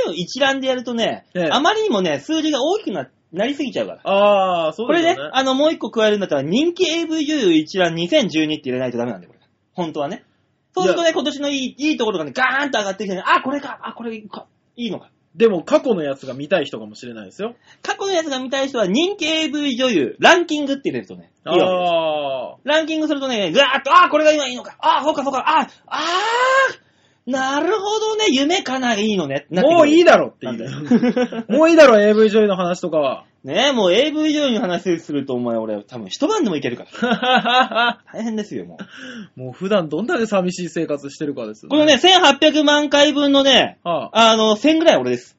女優一覧でやるとね、
ええ
あまりにもね、数字が大きくななりすぎちゃうから。
ああ、そ
こ
うで
れ
すよ
ね
ね。、
あの、もう一個加えるんだったら、人気 AV 女優一覧2012って入れないとダメなんだよ、これ。本当はね。そうするとね、今年のいい、いいところがね、ガーンと上がってきてね、あ、これか、あ、これいいか、いいのか。
でも、過去のやつが見たい人かもしれないですよ。
過去のやつが見たい人は、人気 AV 女優、ランキングって入れるとね、いいわけです
ああ、
ランキングするとね、ガーッと、あ、これが今いいのか、あ、そうかそうか、あ、あー、なるほどね、夢かなりいいのね。
もういい
だ
だろって言うね。 *laughs* もういいだろ、AV 女優の話とかは。
ねえ、もう AV 女優の話すると、お前俺、多分一晩でもいけるから。
*laughs*
大変ですよ、もう。
もう普段どんだけ寂しい生活してるかですよ
このね、、1800万回分のね、
は
あの、1000ぐらい俺です。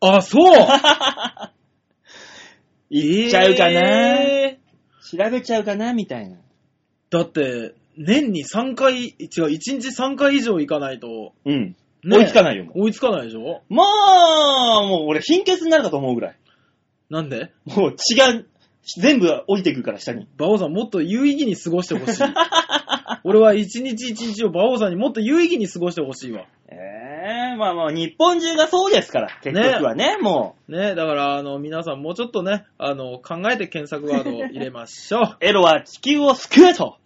あ、あ、そう
*laughs* いっちゃうかな、
えー
調べちゃうかなみたいな。
だって、年に3回、違う、1日3回以上行かないと、
うん。
ね
追いつかないよ、もう。
追いつかないでしょ
もう、もう俺貧血になるかと思うぐらい。
なんで
もう血が全部降りてくるから、下に。
馬王さんもっと有意義に過ごして
*laughs*
ほしい。俺は一日一日を馬王さんにもっと有意義に過ごしてほしいわ。
ええまあまあ、日本中がそうですから、結局はね、も
ねだから、あの、皆さんもうちょっとね、あの、考えて検索ワードを入れましょう。
う、エロは地球を救えと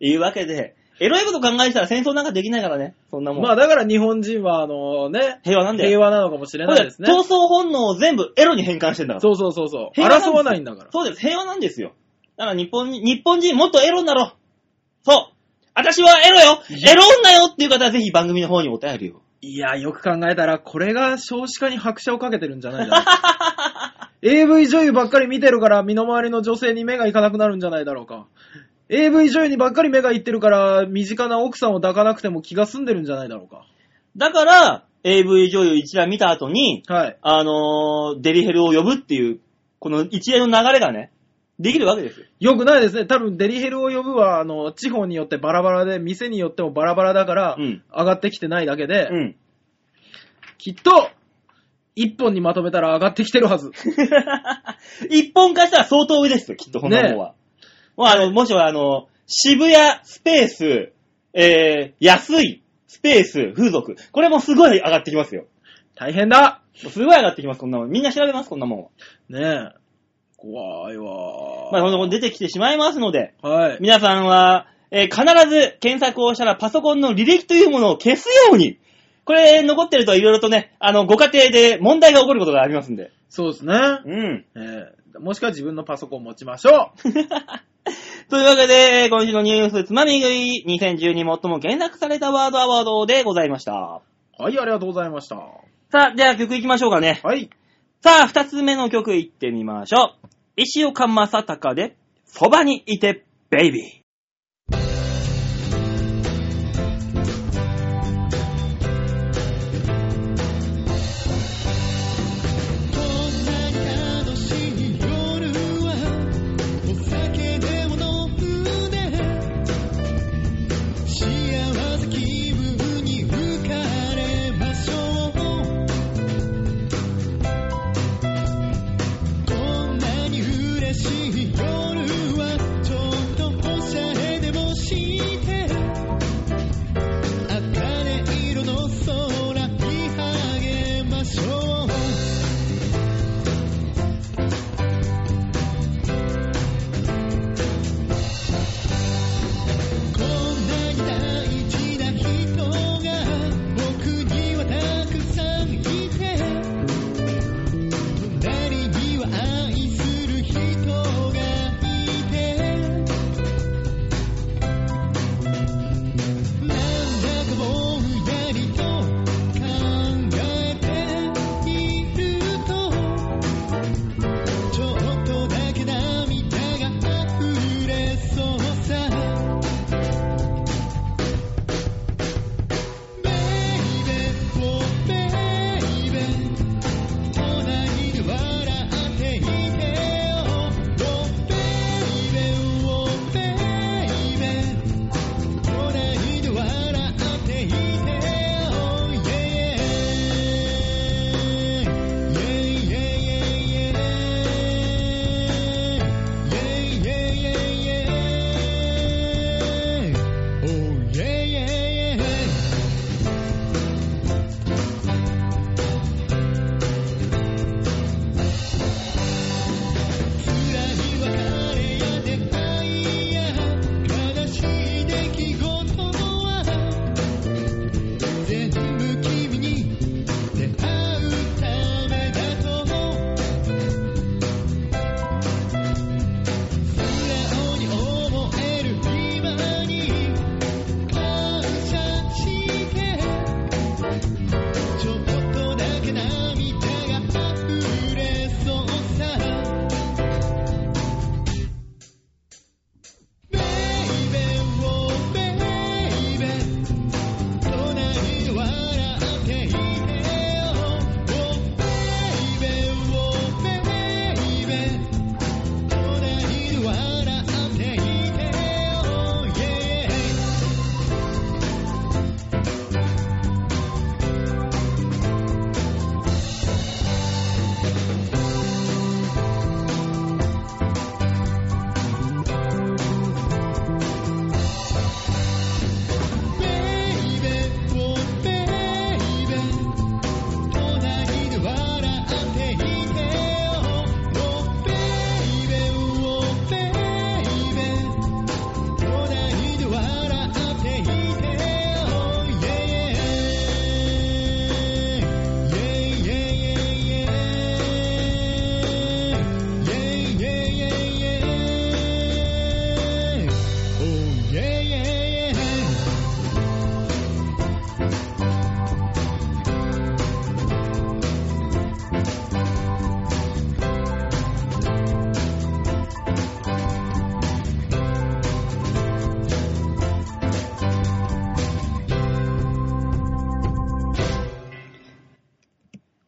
いうわけで、エロいこと考えてたら戦争なんかできないからね、そんなもん。
まあだから日本人は、あのね、
平和なんだよ。
平和なのかもしれ
こ
ない
れ
です
闘
ね。
争本能を全部エロに変換してんだから。
そうそうそうそう。
平和なんです
争わないんだから。
そうです。平和なんですよ。だから日本に、日本人もっとエロになろう。そう。私はエロよエロ女よっていう方はぜひ番組の方にお便りを。
いや、よく考えたら、これが少子化に拍車をかけてるんじゃないだろうか。
*laughs*
AV 女優ばっかり見てるから、身の回りの女性に目がいかなくなるんじゃないだろうか。AV 女優にばっかり目がいってるから、身近な奥さんを抱かなくても気が済んでるんじゃないだろうか。
だから、AV 女優一覧見た後に、
はい。
あのーデリヘルを呼ぶっていう、この一連の流れがね、できるわけですよ。
よくないですね。多分、デリヘルを呼ぶは、あの、地方によってバラバラで、店によってもバラバラだから、
うん
上がってきてないだけで、
うん。
きっと、一本にまとめたら上がってきてるはず。
*laughs* 一本化したら相当上ですよ、きっと、こんなもんは。もうあの、もしはあの、渋谷、スペース、えー、安い、スペース、風俗。これもすごい上がってきますよ。
大変だ
すごい上がってきます、こんなもん。みんな調べます、こんなもんは。
ねえ。怖いわ
まあ、そんなこと出てきてしまいますので、
はい。
*laughs* 皆さんは、えー必ず検索をしたらパソコンの履歴というものを消すように、これ残ってるといろいろとね、あの、ご家庭で問題が起こることがありますんで。
そうですね。
うん。
えーもしくは自分のパソコンを持ちましょう。
というわけで、今週のニュースつまみ食い、2012最も検索されたワードアワードでございました。
はい、ありがとうございました。は
さあ、では曲いきましょうかね。
い。
さあ、二つ目の曲いってみましょう。石岡正隆で、そばにいて、ベイビー。
こんな楽しい夜はお酒でも飲んで幸せ気分に浮かれ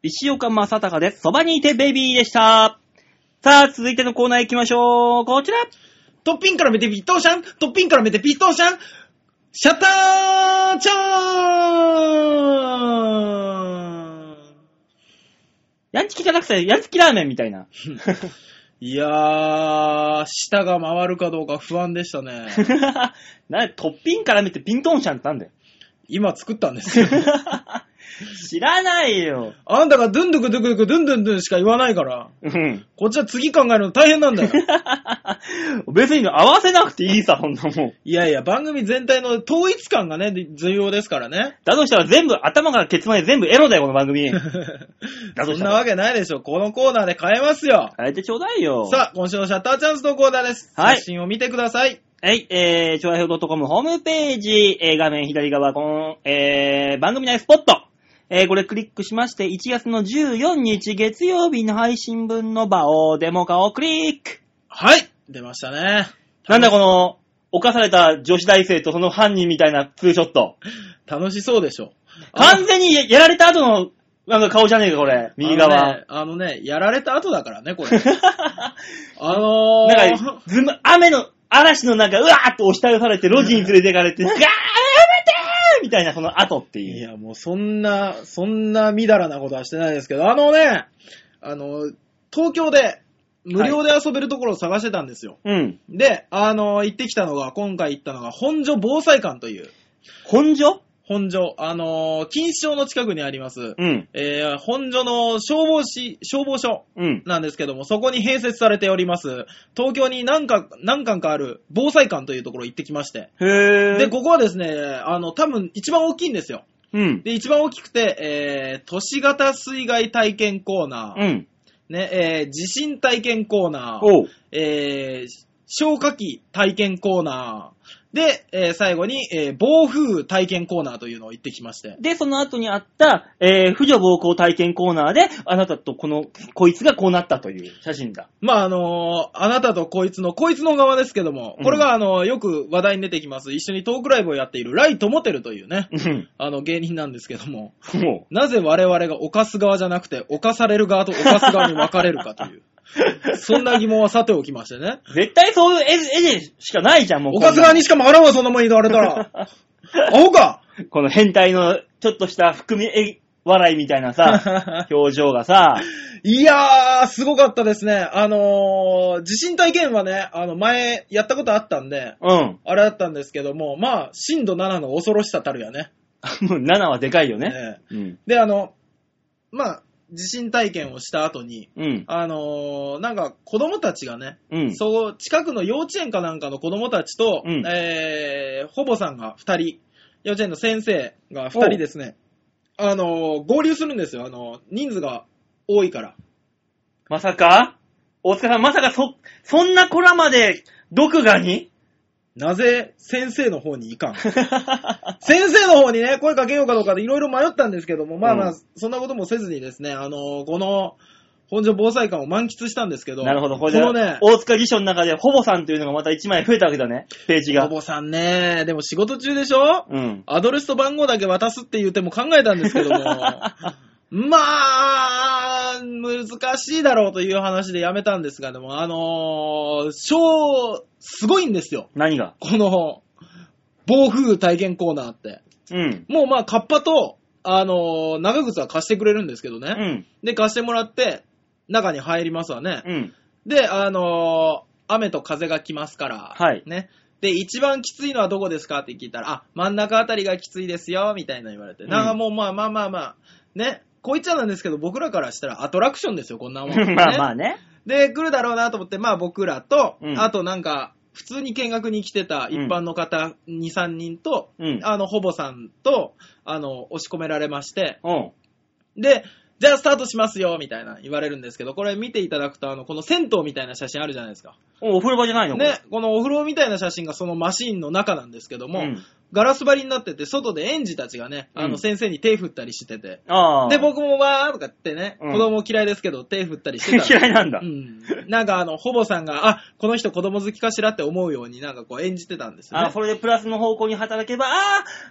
西岡正隆です。そばにいてベイビーでした。さあ、続いてのコーナー行きましょう。こちら
トッピンから見てピットーシャントッピンから見てピットーシャンシャッターチャーン
ヤンチキじゃなくて、ヤンチキラーメンみたいな。
いやー、舌が回るかどうか不安でしたね。
*laughs* なトッピンから見てピントンシャンってなんだよ。 *laughs*
今作ったんですよ。
知らないよ。
あんたがドゥンドゥクドゥクドゥクドゥンドゥンドゥンしか言わないから、
うん。
こっちは次考えるの大変なんだよ。
*laughs* 別に合わせなくていいさ、そんなもん。
いやいや、番組全体の統一感がね、で重要ですからね。
だとしたら全部、頭からケツまで全部エロだよ、この番 *laughs* 組。だ
そ
と
ん
した
な
ら。
わけないでしょ。このコーナーで変えますよ。
変えてちょうだいよ。
さあ、今週のシャッターチャンスのコーナーです。
はい
写真を見てください。
はい、えー、超愛表 .com ホームページ、えー、画面左側、この、えー、番組内スポット。えー、これクリックしまして、1月の14日月曜日の配信分の場を、デモ化をクリック。
はい出ましたね。
なんだこの、犯された女子大生とその犯人みたいなツーショット。
楽しそうでしょ。
完全にややられた後の、なんか顔じゃねえか、これ。右側。
あのね、あのねやられた後だからね、
*laughs*
これ。あのー、
なんか、ずむ、雨の、嵐の中、うわーっと押し倒されて、路地に連れてかれ *laughs* て、なんか、あーやめてーみたいな、その後っていう。
いや、もうそんな、そんなみだらなことはしてないですけど、あのね、あの、東京で無料で遊べるところを探してたんですよ。
うん。
で、あの、行ってきたのが、今回行ったのが、本所防災館という、
本所
本所、あの、錦糸町の近くにあります、
うん。
えー、本所の消防士、消防署
うん。
なんですけども、そこに併設されております、東京に何か、何館かある防災館というところ行ってきまして、
へー。
で、ここはですね、あの、多分一番大きいんですよ。
うん。
で、一番大きくて、えー、都市型水害体験コーナー、
うん。
ね、えー、地震体験コーナー、
おう。
えー、消火器体験コーナー、で、えー、最後に、えー、暴風体験コーナーというのを行ってきまして。
で、その後にあった、えー、婦女暴行体験コーナーで、あなたとこの、こいつがこうなったという写真だ。
まあ、あのーあなたとこいつの、こいつの側ですけども、これが、あのーよく話題に出てきます、一緒にトークライブをやっているライトモテルというね、
うん。
あの、芸人なんですけども、
も
なぜ我々が犯す側じゃなくて、犯される側と犯す側に分かれるかという。そんな疑問はさておきましてね。
う。絶対そういう絵、絵でしかないじゃん、もう。
犯す側にしか回らんわ、そんなもん言われたら。アホか
この変態のちょっとした含みえ笑いみたいな
*laughs*
さ、表情がさ、
いやー、すごかったですね。あのー、地震体験はね、あの、前、やったことあったんで、
うん。
あれだったんですけども、まあ、震度7の恐ろしさたるやね。
もう7はでかいよね。
ね
うん。
で、あの、まあ、地震体験をした後に、
うん。
あのー、なんか、子供たちがね、
うん。
そう、近くの幼稚園かなんかの子供たちと、
うん
えー、ほぼさんが二人、幼稚園の先生が二人ですね、あのー、合流するんですよ。あのー、人数が多いから。
まさか大塚さん、まさかそ、そんな子らまで、毒がに
なぜ先生の方に行かん *laughs* 先生の方にね、声かけようかどうかでいろいろ迷ったんですけども、まあまあ、
うん
そんなこともせずにですね、あのー、この、本所防災館を満喫したんですけど、
なるほど、これ
こ
で、
のね、
大塚辞書の中で、ほぼさんというのがまた1枚増えたわけだね、ページ
ほ
が。
ぼさんね、でも仕事中でしょ
うん。
アドレスと番号だけ渡すって言っても考えたんですけど
*laughs*
も、まあ、難しいだろうという話でやめたんですが、でも、あのー、超、すごいんですよ。
何が
この、暴風雨体験コーナーって。
うん。
もうまあ、カッパと、あのー長靴は貸してくれるんですけどね。
うん。
で、貸してもらって、中に入りますわね。
うん。
で、あのー雨と風が来ますから、
はい
ね。で、一番きついのはどこですかって聞いたら、あ、真ん中あたりがきついですよ、みたいな言われて。
うん
なんかもう、まあまあまあまあ、ね。こう言っちゃなんですけど、僕らからしたらアトラクションですよ、
*laughs*。
こんなもん、ね
まあまあね。
で、来るだろうなと思って、まあ僕らと、
うん
あとなんか、普通に見学に来てた一般の方2、3人と、
うん。
あの、ほぼさんと、あの、押し込められまして、
うん。
で、じゃあスタートしますよ、みたいな言われるんですけど、これ見ていただくと、あの、この銭湯みたいな写真あるじゃないですか。
おお風呂場じゃないの
ね、このお風呂みたいな写真がそのマシーンの中なんですけど
これ
も、
うん。
ガラス張りになってて、外で園児たちがね、あ
うん
の、先生に手振ったりしてて。
ああ。
で、、僕もわーとかってね、
うん
子供嫌いですけど、手振ったりして
*laughs*
た。
嫌いなんだ
う。ん。なんかあの、ほぼさんが、あ、この人子供好きかしらって思うように、なんかこう演じてたんですよ、ね。
あそれでプラスの方向に働けば、ああ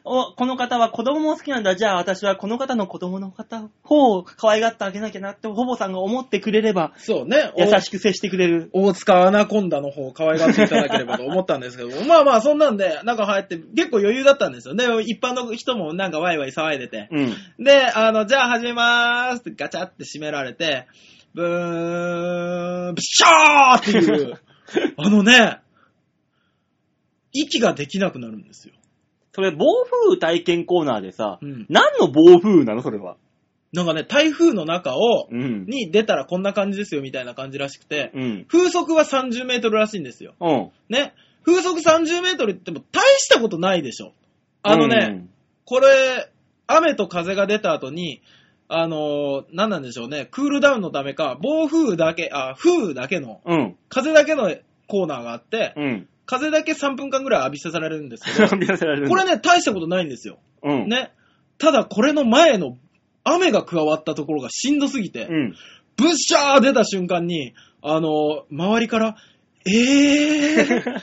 お、この方は子供も好きなんだ。じゃあ私はこの方の子供の方、方を可愛がってあげなきゃなって、ほぼさんが思ってくれれば、
そうね。
優しく接してくれる。
大塚アナコンダの方を可愛がっていただければと思ったんです
*laughs*
けど、まあまあそんなんで、中入って結構余裕だったんですよね。一般の人もなんかワイワイ騒いでて。
うん。
で、あの、じゃあ始めまーすってガチャって閉められて、ブーン、ブシャーっ
*laughs*
ていう、あのね、息ができなくなるんですよ。
それ、暴風雨体験コーナーでさ、
うん
何の暴風雨なのそれは。
なんかね、台風の中を、
うん。
に出たらこんな感じですよみたいな感じらしくて、
うん。
風速は30メートルらしいんですよ。
うん。
ね、風速30メートルっても大したことないでしょ。あのね、
うん、
これ、雨と風が出た後に、あのー何なんでしょうね、クールダウンのためか、暴風雨だけ、あ、風雨だけの、
うん。
風だけのコーナーがあって、
*laughs* うん。
風だけ3分間ぐらい浴びせされるんですけ
そう見させられる
ど、
ん
こ
だ
れね、大したことないんですよ。
うん。
ね。ただ、これの前の雨が加わったところがしんどすぎて、
うん。
ブッシャー出た瞬間に、あの、周りから、えー、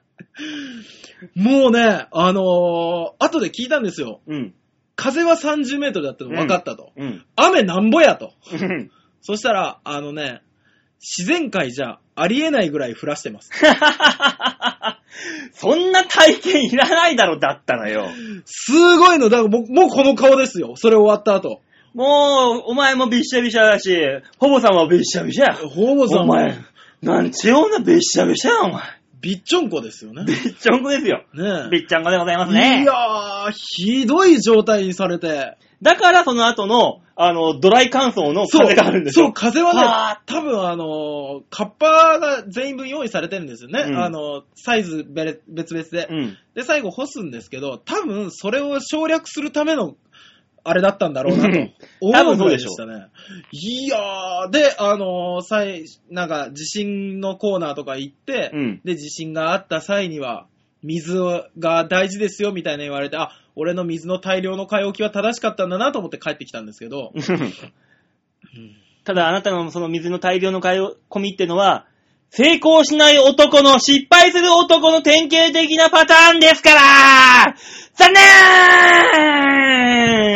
*laughs*
もうね、あの後で聞いたんですよ。
うん。
風は30メートルだったの分かったと。
うん。
雨なんぼやと。
うん。
そしたら、あのね、自然界じゃありえないぐらい降らしてます。
*laughs* そんな体験いらないだろ、だったらよ。
すごいの、だからもうもうこの顔ですよ。それ終わった後。
もう、お前もびっしゃびしゃだし、ほぼさんもびっしゃびしゃや。
ホームさん
お前、なんちゅう女びっしゃびしゃや、お前。
びっちょんこですよね。
びっちょんこですよ。
ね
びっちゃんこでございます
え。い
ね。
やー、ひどい状態にされて。
だから、その後の、あの、ドライ乾燥の
そう
風があるんです
そう、
よ。
風は
わ
ね、多分あのー、カッパーが全員分用意されてるんですよね。
うん
あのー、サイズ別別々で、
うん。 *laughs*
で、最後干すんですけど、多分それを省略するための、あれだったんだろうなと
うん。多
思
分
うぐ
そう
らい
で
で
しょ
したね。いやー、で、あのー、最、なんか、地震のコーナーとか行って、
うん
で、地震があった際には、水が大事ですよ、みたいな言われて、あ、俺の水の大量の買い置きは正しかったんだなと思って帰ってきたんですけど、
ただ、あなたのその水の大量の買い込みってのは、成功しない男の失敗する男の典型的なパターンですから残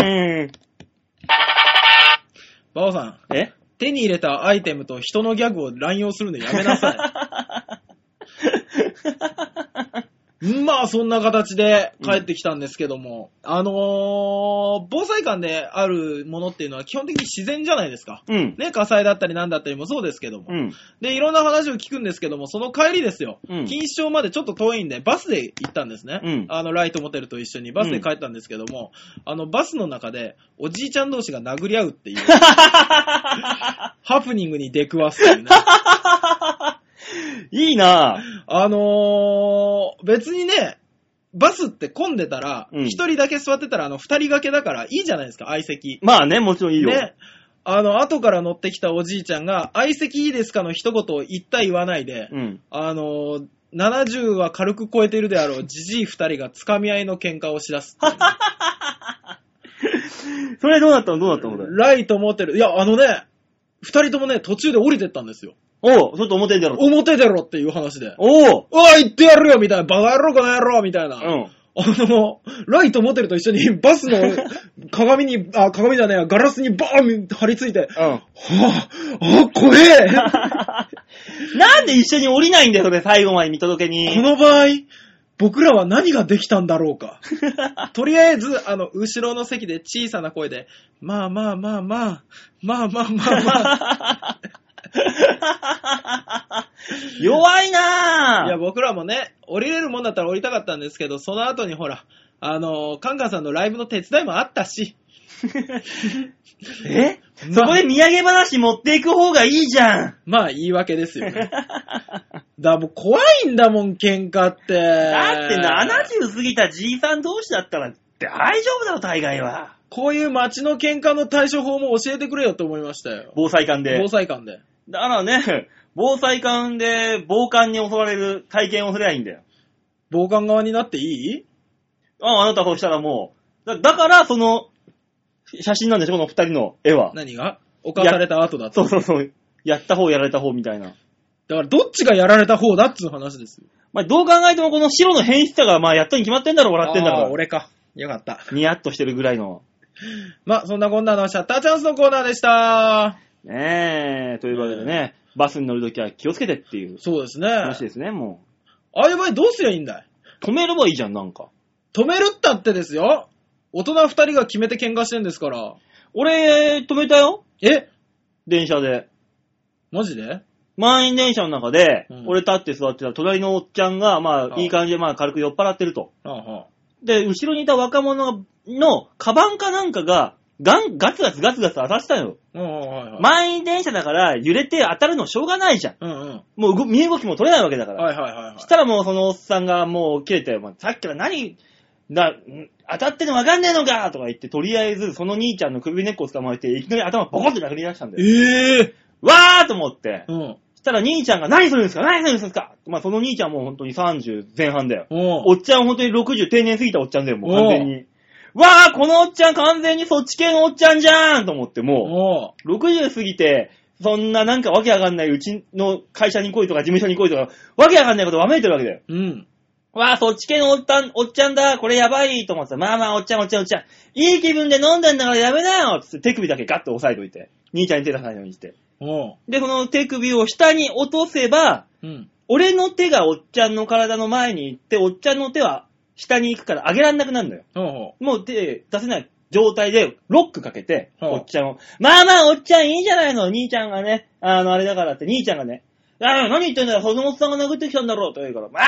念
バオさん、
え
手に入れたアイテムと人のギャグを乱用するのやめなさい。まあ、そんな形で帰ってきたんですけども、あのー、防災館であるものっていうのは基本的に自然じゃないですか。
うん。
ね、火災だったりなんだったりもそうですけども。
うん。
で、いろんな話を聞くんですけども、その帰りですよ。
うん
錦糸町までちょっと遠いんで、バスで行ったんですね。
うん
あの、ライトモテルと一緒にバスで帰ったんですけども、あの、バスの中で、おじいちゃん同士が殴り合うっ
*laughs*
ていう、ハプニングに出くわすっていうね。
いいなぁ。
あのー、別にね、バスって混んでたら、
うん
一人だけ座ってたら、あの、二人掛けだから、いいじゃないですか、相席。
まあね、もちろんいいよ。
ね。あの、後から乗ってきたおじいちゃんが、相席いいですかの一言を言った言わないで、
うん。
あのー、70は軽く超えているであろう、じじい二人が掴み合いの喧嘩をしだすっていう。
それどうだったのどうだったのこれ。
ライト持ってる。いや、あのね、二人ともね、途中で降りてったんですよ。
おう、ちょっと表に出ろ。
表出ろっていう話で。
おう
うわ、行ってやるよみたいな、バカ野郎この野郎みたいな。
*laughs* うん。
あの、ライトモテルと一緒に
*laughs*
バスの鏡に、あ、鏡じゃねえや、ガラスにバーン張り付いて、
うん。
はぁ、あ、怖え
なんで一緒に降りないんだよ、それ、最後まで見届け
こ
に。
の場合、僕らは何ができたんだろ
*laughs*
うか。とりあえず、あの、後ろの席で小さな声で、まあまあまあまあ、まあまあまあま
弱い *laughs* な
あ。
ぁ。
いや、僕らもね、降りれるもんだったら降りたかったんですけど、その後にほら、あの、カンカンさんのライブの手伝いもあったし、
え
まあ
そこで土産話持っていく方がいいじゃん。
まあ言い訳です
*laughs*
よね。だ、もう怖いんだもん、喧嘩って。
だ
だ
って70過ぎたじいさん同士だったら大丈夫だろ、大概は。
こういう街の喧嘩の対処法も教えてくれよって思いましたよ。
防災館で
防。災館で。
だからね、防災館で暴漢に襲われる体験をすればいいんだよ。
防寒側になっていい
あ、あなたそうしたらもう。だだから、その、写真なんでしょこの二人の絵は。
何が犯された後だと。
そうそうそう。やった方、やられた方みたいな。
だから、どっちがやられた方だっつう話ですよ。
まあ、どう考えてもこの白の変質さが、まあ、やったに決まってんだろ、笑ってんだか
あー
ら。
俺か。よかった。
ニヤッとしてるぐらいの。
まあ、そんなこんなのシャッターチャンスのコーナーでした。
ねえ、というわけでね、バスに乗るときは気をつけてっていう
そうですね。
話ですね、も。
ああいう場合どうすりゃいいんだいう
止めればいいじゃん、なんか。
止めるったってですよ。大人二人が決めて喧嘩してんですから。
俺、止めたよ
え
電車で。
マジで
満員電車の中で、
うん
俺立って座ってた隣のおっちゃんが、ま
あ
あ、いい感じで、まあ、軽く酔っ払ってると。
はあは
で、後ろにいた若者の、カバンかなんかが、ガン、ガツガツガツガツ当たってたよ。
あ。うんうんはいはい。
満員電車だから、揺れて当たるのしょうがないじゃん。
うんうん。
もう動、身動きも取れないわけだから。
はいはいはいはい。
したらもうそのおっさんがもう切れて、まあさっきから何、な、ん当たってんのわかんねえのかとか言って、とりあえずその兄ちゃんの首根っこを捕まえて、いきなり頭ボコって殴り出したんだよ。
ええ
わーと思って。
うん。
したら兄ちゃんが何するんですか何するんですかまあその兄ちゃんも本当に30前半だよ。
お
お
う
っちゃん本当に60定年過ぎたおっちゃんだよ、もう完全に。わーこのおっちゃん完全にそっち系のおっちゃんじゃーんと思って、もう。
おう
60過ぎて、そんななんかわけわかんないうちの会社に来いとか事務所に来いとか、わけわかんないことわめいてるわけだよ。
うん。
わあ、そっち系のおったん、おっちゃんだ、これやばいと思ってた。まあまあ、おっちゃんおっちゃんおっちゃん。いい気分で飲んでんだからやめなよつって手首だけガッと押さえといて。兄ちゃんに手出さないようにして。
おう
で、その手首を下に落とせば、
うん。
俺の手がおっちゃんの体の前に行って、おっちゃんの手は下に行くから上げらんなくなるのよ。
おうおう
もう手出せない状態でロックかけて、
はあ
おっちゃんを。まあまあ、おっちゃんいいじゃないの。兄ちゃんがね、あの、あれだからって、兄ちゃんがね、ああ、何言ってんだよ、そのおっさんが殴ってきたんだろうと言うから、まあ、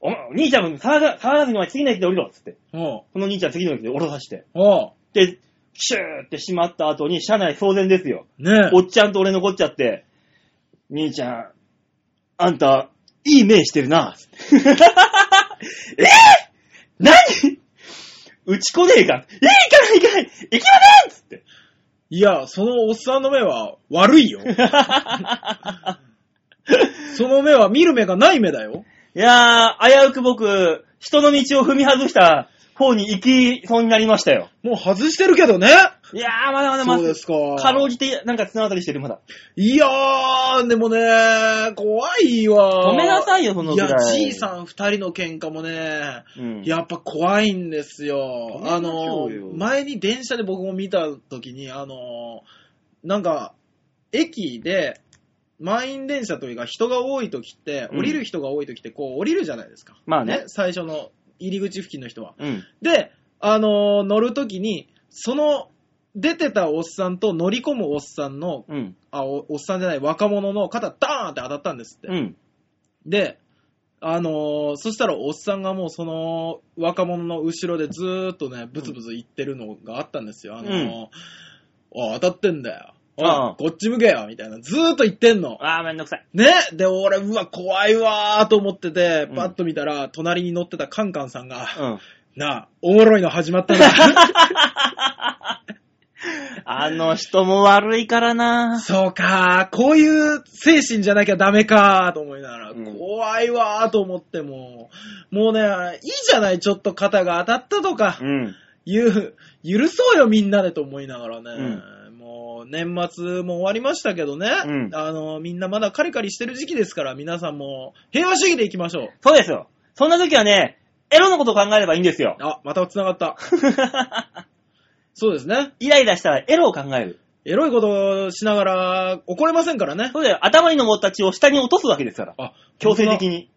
お兄ちゃんも騒が騒がずにお前次の駅で降りろっつって。
おう
この兄ちゃん次の駅で降ろさして。
お
で、シューってしまった後に、車内騒然ですよ。
うね
*laughs*
え。
おっちゃんと俺残っちゃって、兄ちゃん、あんた、いい目してる *laughs* な。えぇ、何打ちこねえか。えぇ、行かない行かない行きませんっつ *laughs* って。
いや、そのおっさんの目は悪いよ。その目は見る目がない目だよ。
いやー、危うく僕、人の道を踏み外した方に行きそうになりましたよ。
もう外してるけどね。
いやー、まだまだま
そう
だ
で、すか。
かろうじて、なんか綱渡りしてる、まだ。
いやー、でもね、怖いわ。
止めなさいよそのぐらい
や、じいさん二人の喧嘩もね、
うん。
やっぱ怖いんですよ。あ
止めましょ
の
うよ、
前に電車で僕も見た時に、あの、なんか、駅で、満員電車というか人が多い時って、
うん
降りる人が多い時ってこう降りるじゃないですか。
まあね
最初の入り口付近の人は。
うん。
で、あの乗る時に、その、出てたおっさんと乗り込むおっさんの
うん。
あおおっさんじゃない若者の肩ダーンって当たったんですって、
うん。
であのーそしたらおっさんがもうその若者の後ろでずーっとねブツブツ言ってるのがあったんですよ、あのーおい当たってんだよおい
ああ
こっち向けよみたいなずーっと言ってんの
あー、めんどくさい。
ねで俺うわ怖いわーと思ってて
うん
パッと見たら、隣に乗ってたカンカンさんが、
うん。
なあおもろいの始まったな
あの人も悪いからな
*laughs* そうかーこういう精神じゃなきゃダメかーと思いながら、
うん
怖いわーと思ってもう、もうね、いいじゃない、ちょっと肩が当たったとか
う、ん。
ゆ許そうよみんなでと思いながらね、もう年末も終わりましたけどね、
うん
あの、みんなまだカリカリしてる時期ですから、皆さんも平和主義でいきましょう。
そうですよ。そんな時はね、エロのことを考えればいいんですよ。
あ、また繋が
*laughs*
った。そうですね。
イライラしたらエロを考える。
エロいことをしながら怒れませんからね。
そうだよ。頭に登った血を下に落とすわけですから。
あ、
強制的
に。
に。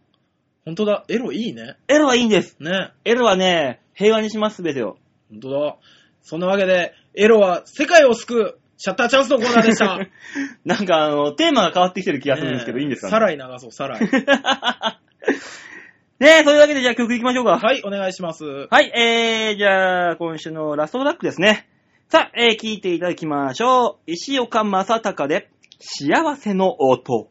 本当だ、エロいいね。
エロはいいんです。
ね。
エロはね、平和にします、すべてを。
本当だ。そんなわけで、エロは世界を救うシャッターチャンスのコーナーで *laughs* した。
*laughs* なんか、あの、テーマが変わってきてる気がするんですけど、いいんですか
さ
ね。
らい流そう、さらい。 *laughs*
ねえ、そういうわけで、じゃあ曲いきましょうか。はい。
はい、お願いします。
えー、じゃあ、今週のラストトラックですね。さあ、えー、聴いていただきましょう。石岡正隆で、幸せの音。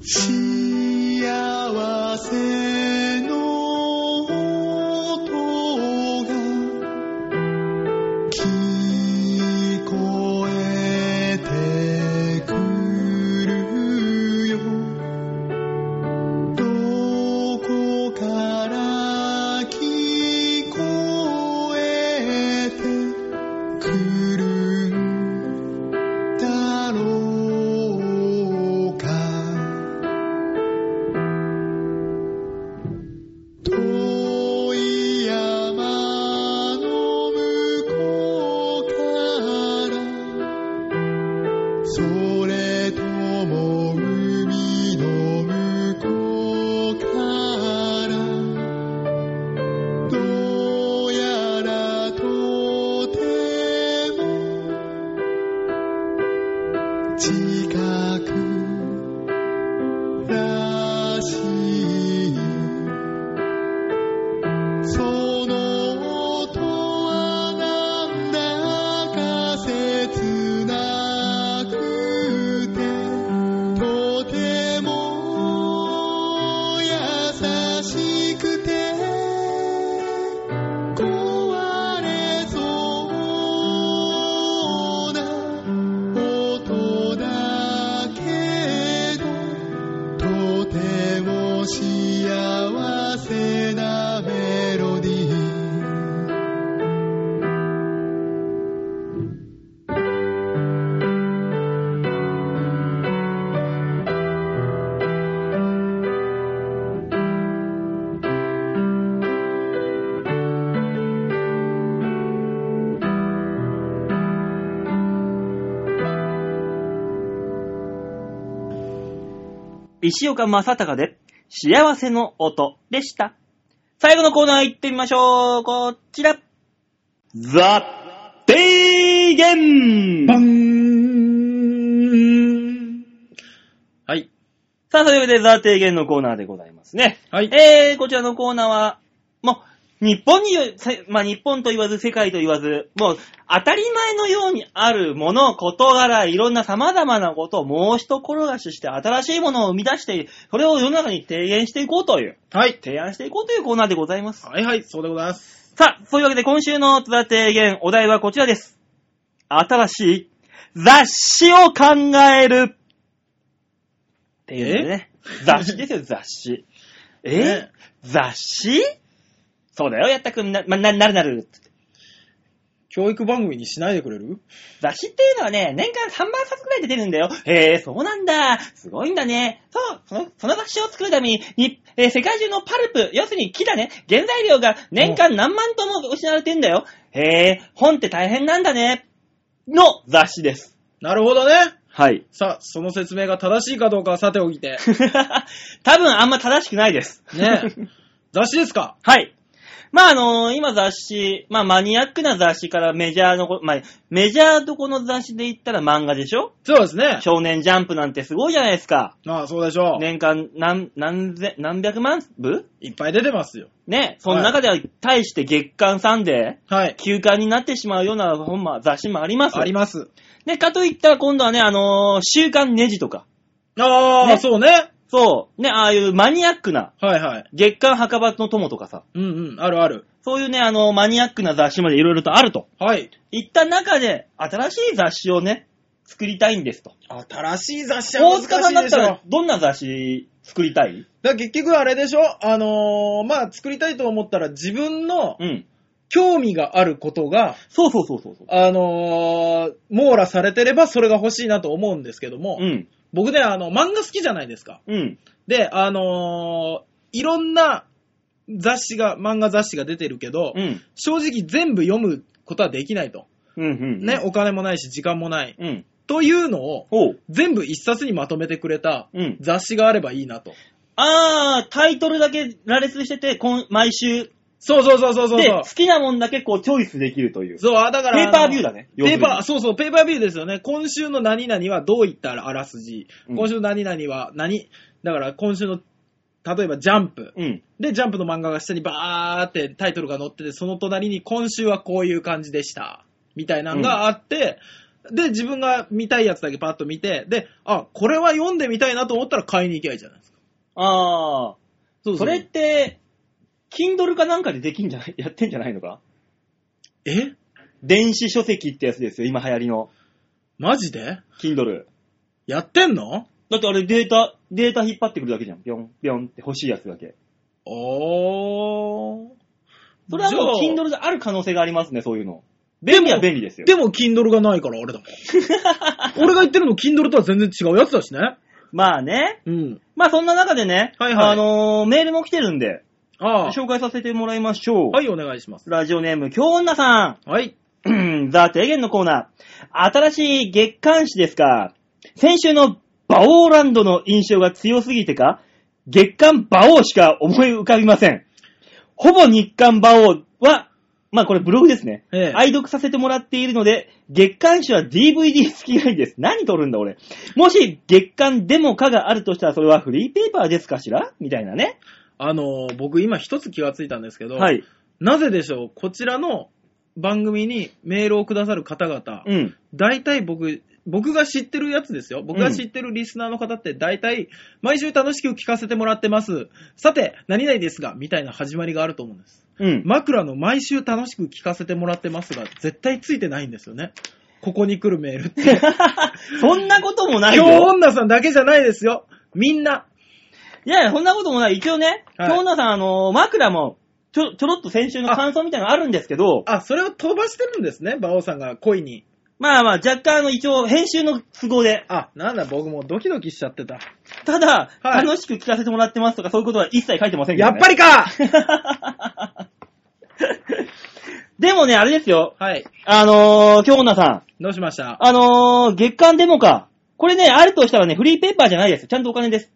幸せのそれとも海の向こうからどうやらとても近くらしいその音はなんだか切なくてとても優しくて壊れそうな音だけどとても幸せなメロディー
石岡正隆で、幸せの音でした。最後のコーナー行ってみましょう。こちら。ザ・提言
バンはい。
さあ、というわけでザ・提言のコーナーでございますね。
はい。
えー、こちらのコーナーは、もう、日本によ、せまあ、日本と言わず、世界と言わず、もう、当たり前のようにあるもの、事柄、いろんな様々なことをもう一転がしして、新しいものを生み出して、それを世の中に提言していこうという、
はい。
提案していこうというコーナーでございます。
はいはい、そうでございます。
さあ、そういうわけで今週の津田提言、お題はこちらです。新しい雑誌を考える。っていうのでね。雑誌ですよ、雑誌。え
ね
雑誌そうだよ、やったくんな、ま、な、なるなる。
教育番組にしないでくれる
雑誌っていうのはね、年間3万冊くらいで出てるんだよ。へえ、そうなんだ。すごいんだね。そう、その、その雑誌を作るために、にえー世界中のパルプ、要するに木だね、原材料が年間何万トンも失われてんだよ。へえ、本って大変なんだね。の雑誌です。
なるほどね。
*laughs* はい。
さあ、その説明が正しいかどうかはさておきて。
多分あんま正しくないです。
*laughs* ね雑誌ですか
はい。まああのー今雑誌、まあマニアックな雑誌からメジャーのこ、まあメジャーどこの雑誌で言ったら漫画でしょ
そうですね。
少年ジャンプなんてすごいじゃないですか。
まあ、そうでしょう。
年間何、何千、何百万部
いっぱい出てますよ。
ね、その中では対して月間サンデ
はい
ー、。休刊になってしまうような本も、雑誌もあります。
あります。
ね、かといったら今度はね、あのー週刊ネジとか、
ああ、
ね
そうね。
そう、ね、ああいうマニアックな、
はいはい。
月刊墓場の友とかさ、
うんうん、あるある。
そういうね、あのーマニアックな雑誌までいろいろとあると。
はい。
いった中で、新しい雑誌をね、作りたいんですと。
新しい雑誌は
大
難しい
塚さんだっ
でしたょ。
ら、どんな雑誌作りたい
だから結局あれでしょあのー、まあ、作りたいと思ったら自分の
うん。
興味があることが、
そうそうそうそうそう。
あのー、網羅されてればそれが欲しいなと思うんですけども、
うん。
僕ね、あの、漫画好きじゃないですか。
うん。
で、あのー、いろんな雑誌が、漫画雑誌が出てるけど、
うん。
正直全部読むことはできないと。
うん。うん。
ね、お金もないし時間もない。
うん。
というのを、
おう。
全部一冊にまとめてくれた
うん。
雑誌があればいいなと。
あー、タイトルだけ羅列してて、今毎週。
そうそうそうそうそう
で、
そう
好。きなもんだけこう、チョイスできるという。
そう、あだから。
ペーパービューだ
ね。
ね。
ペーパー、
要す
そうそう、ペーパービューですよね。今週の何々はどういったあらすじ。
うん
今週の何々は何だから今週の、例えばジャンプ。
るに。
で、ジャンプの漫画が下にバーってタイトルが載ってて、その隣に今週はこういう感じでした。みたいなのがあって、で、自分が見たいやつだけパッと見て、で、あ、これは読んでみたいなと思ったら買いに行けばいいじゃないですか。
うん。あ
そ
ー、それって、Kindle かなんかでできんじゃない *laughs* やってんじゃないのか
え
電子書籍ってやつですよ、今流行りの。
マジで
Kindle。
やってんの
だってあれデータ、データ引っ張ってくるだけじゃん。ぴょん、ぴょんって欲しいやつだけ。
おー。
それはもう
じゃあ
Kindle である可能性がありますね、そういうの。便利は便利ですよ。
でも、Kindle がないからあれだ
*laughs*
もん。俺が言ってるの、Kindle とは全然違うやつだしね。
まあね。
うん。
まあそんな中でね、
はいはい
あのーメールも来てるんで、
ああ。
紹介させてもらいましょう。
はい、お願いします。
ラジオネーム、京女さ
はい。
*clears throat* ん。ザ・提言のコーナー。新しい月刊誌ですか先週のバオーランドの印象が強すぎてか、月刊バオーしか思い浮かびません。ほぼ日刊バオーは、まあこれブログですね。
ええ
愛読させてもらっているので、月刊誌は DVD 付き合いです。何撮るんだ俺。もし月刊デモかがあるとしたらそれはフリーペーパーですかしらみたいなね。
あのー、僕今一つ気がついたんですけど、
はい。
なぜでしょう、こちらの番組にメールをくださる方々、
うん。
大体僕、僕が知ってるやつですよ。僕が知ってるリスナーの方って大体、毎週楽しく聞かせてもらってます。さて、何々ですが、みたいな始まりがあると思うんです。
うん。*laughs*
*laughs* 枕の毎週楽しく聞かせてもらってますが、絶対ついてないんですよね。ここに来るメールって。
そんなこともない
今
よ。
日女さんだけじゃないですよ。みんな。
いやいや、そんなこともない。一応ね、
はい
今日のさん、あのー枕も、ちょ、ちょろっと先週の感想みたいなのあるんですけど、
あ、それを飛ばしてるんですね、馬王さんが恋に。
まあまあ、若干、あの、一応、編集の都合で、
あ、なんだ、僕もうドキドキしちゃってた。
ただ、
はい
楽しく聞かせてもらってますとか、そういうことは一切書いてませんけ
や
ど、
っぱ
り
りか
*laughs* でもね、あれですよ。
はい。
あのー、京女さん。
どうしました
あのー、月間デモか。これね、あるとしたらね、フリーペーパーじゃないです。ちゃんとお金です。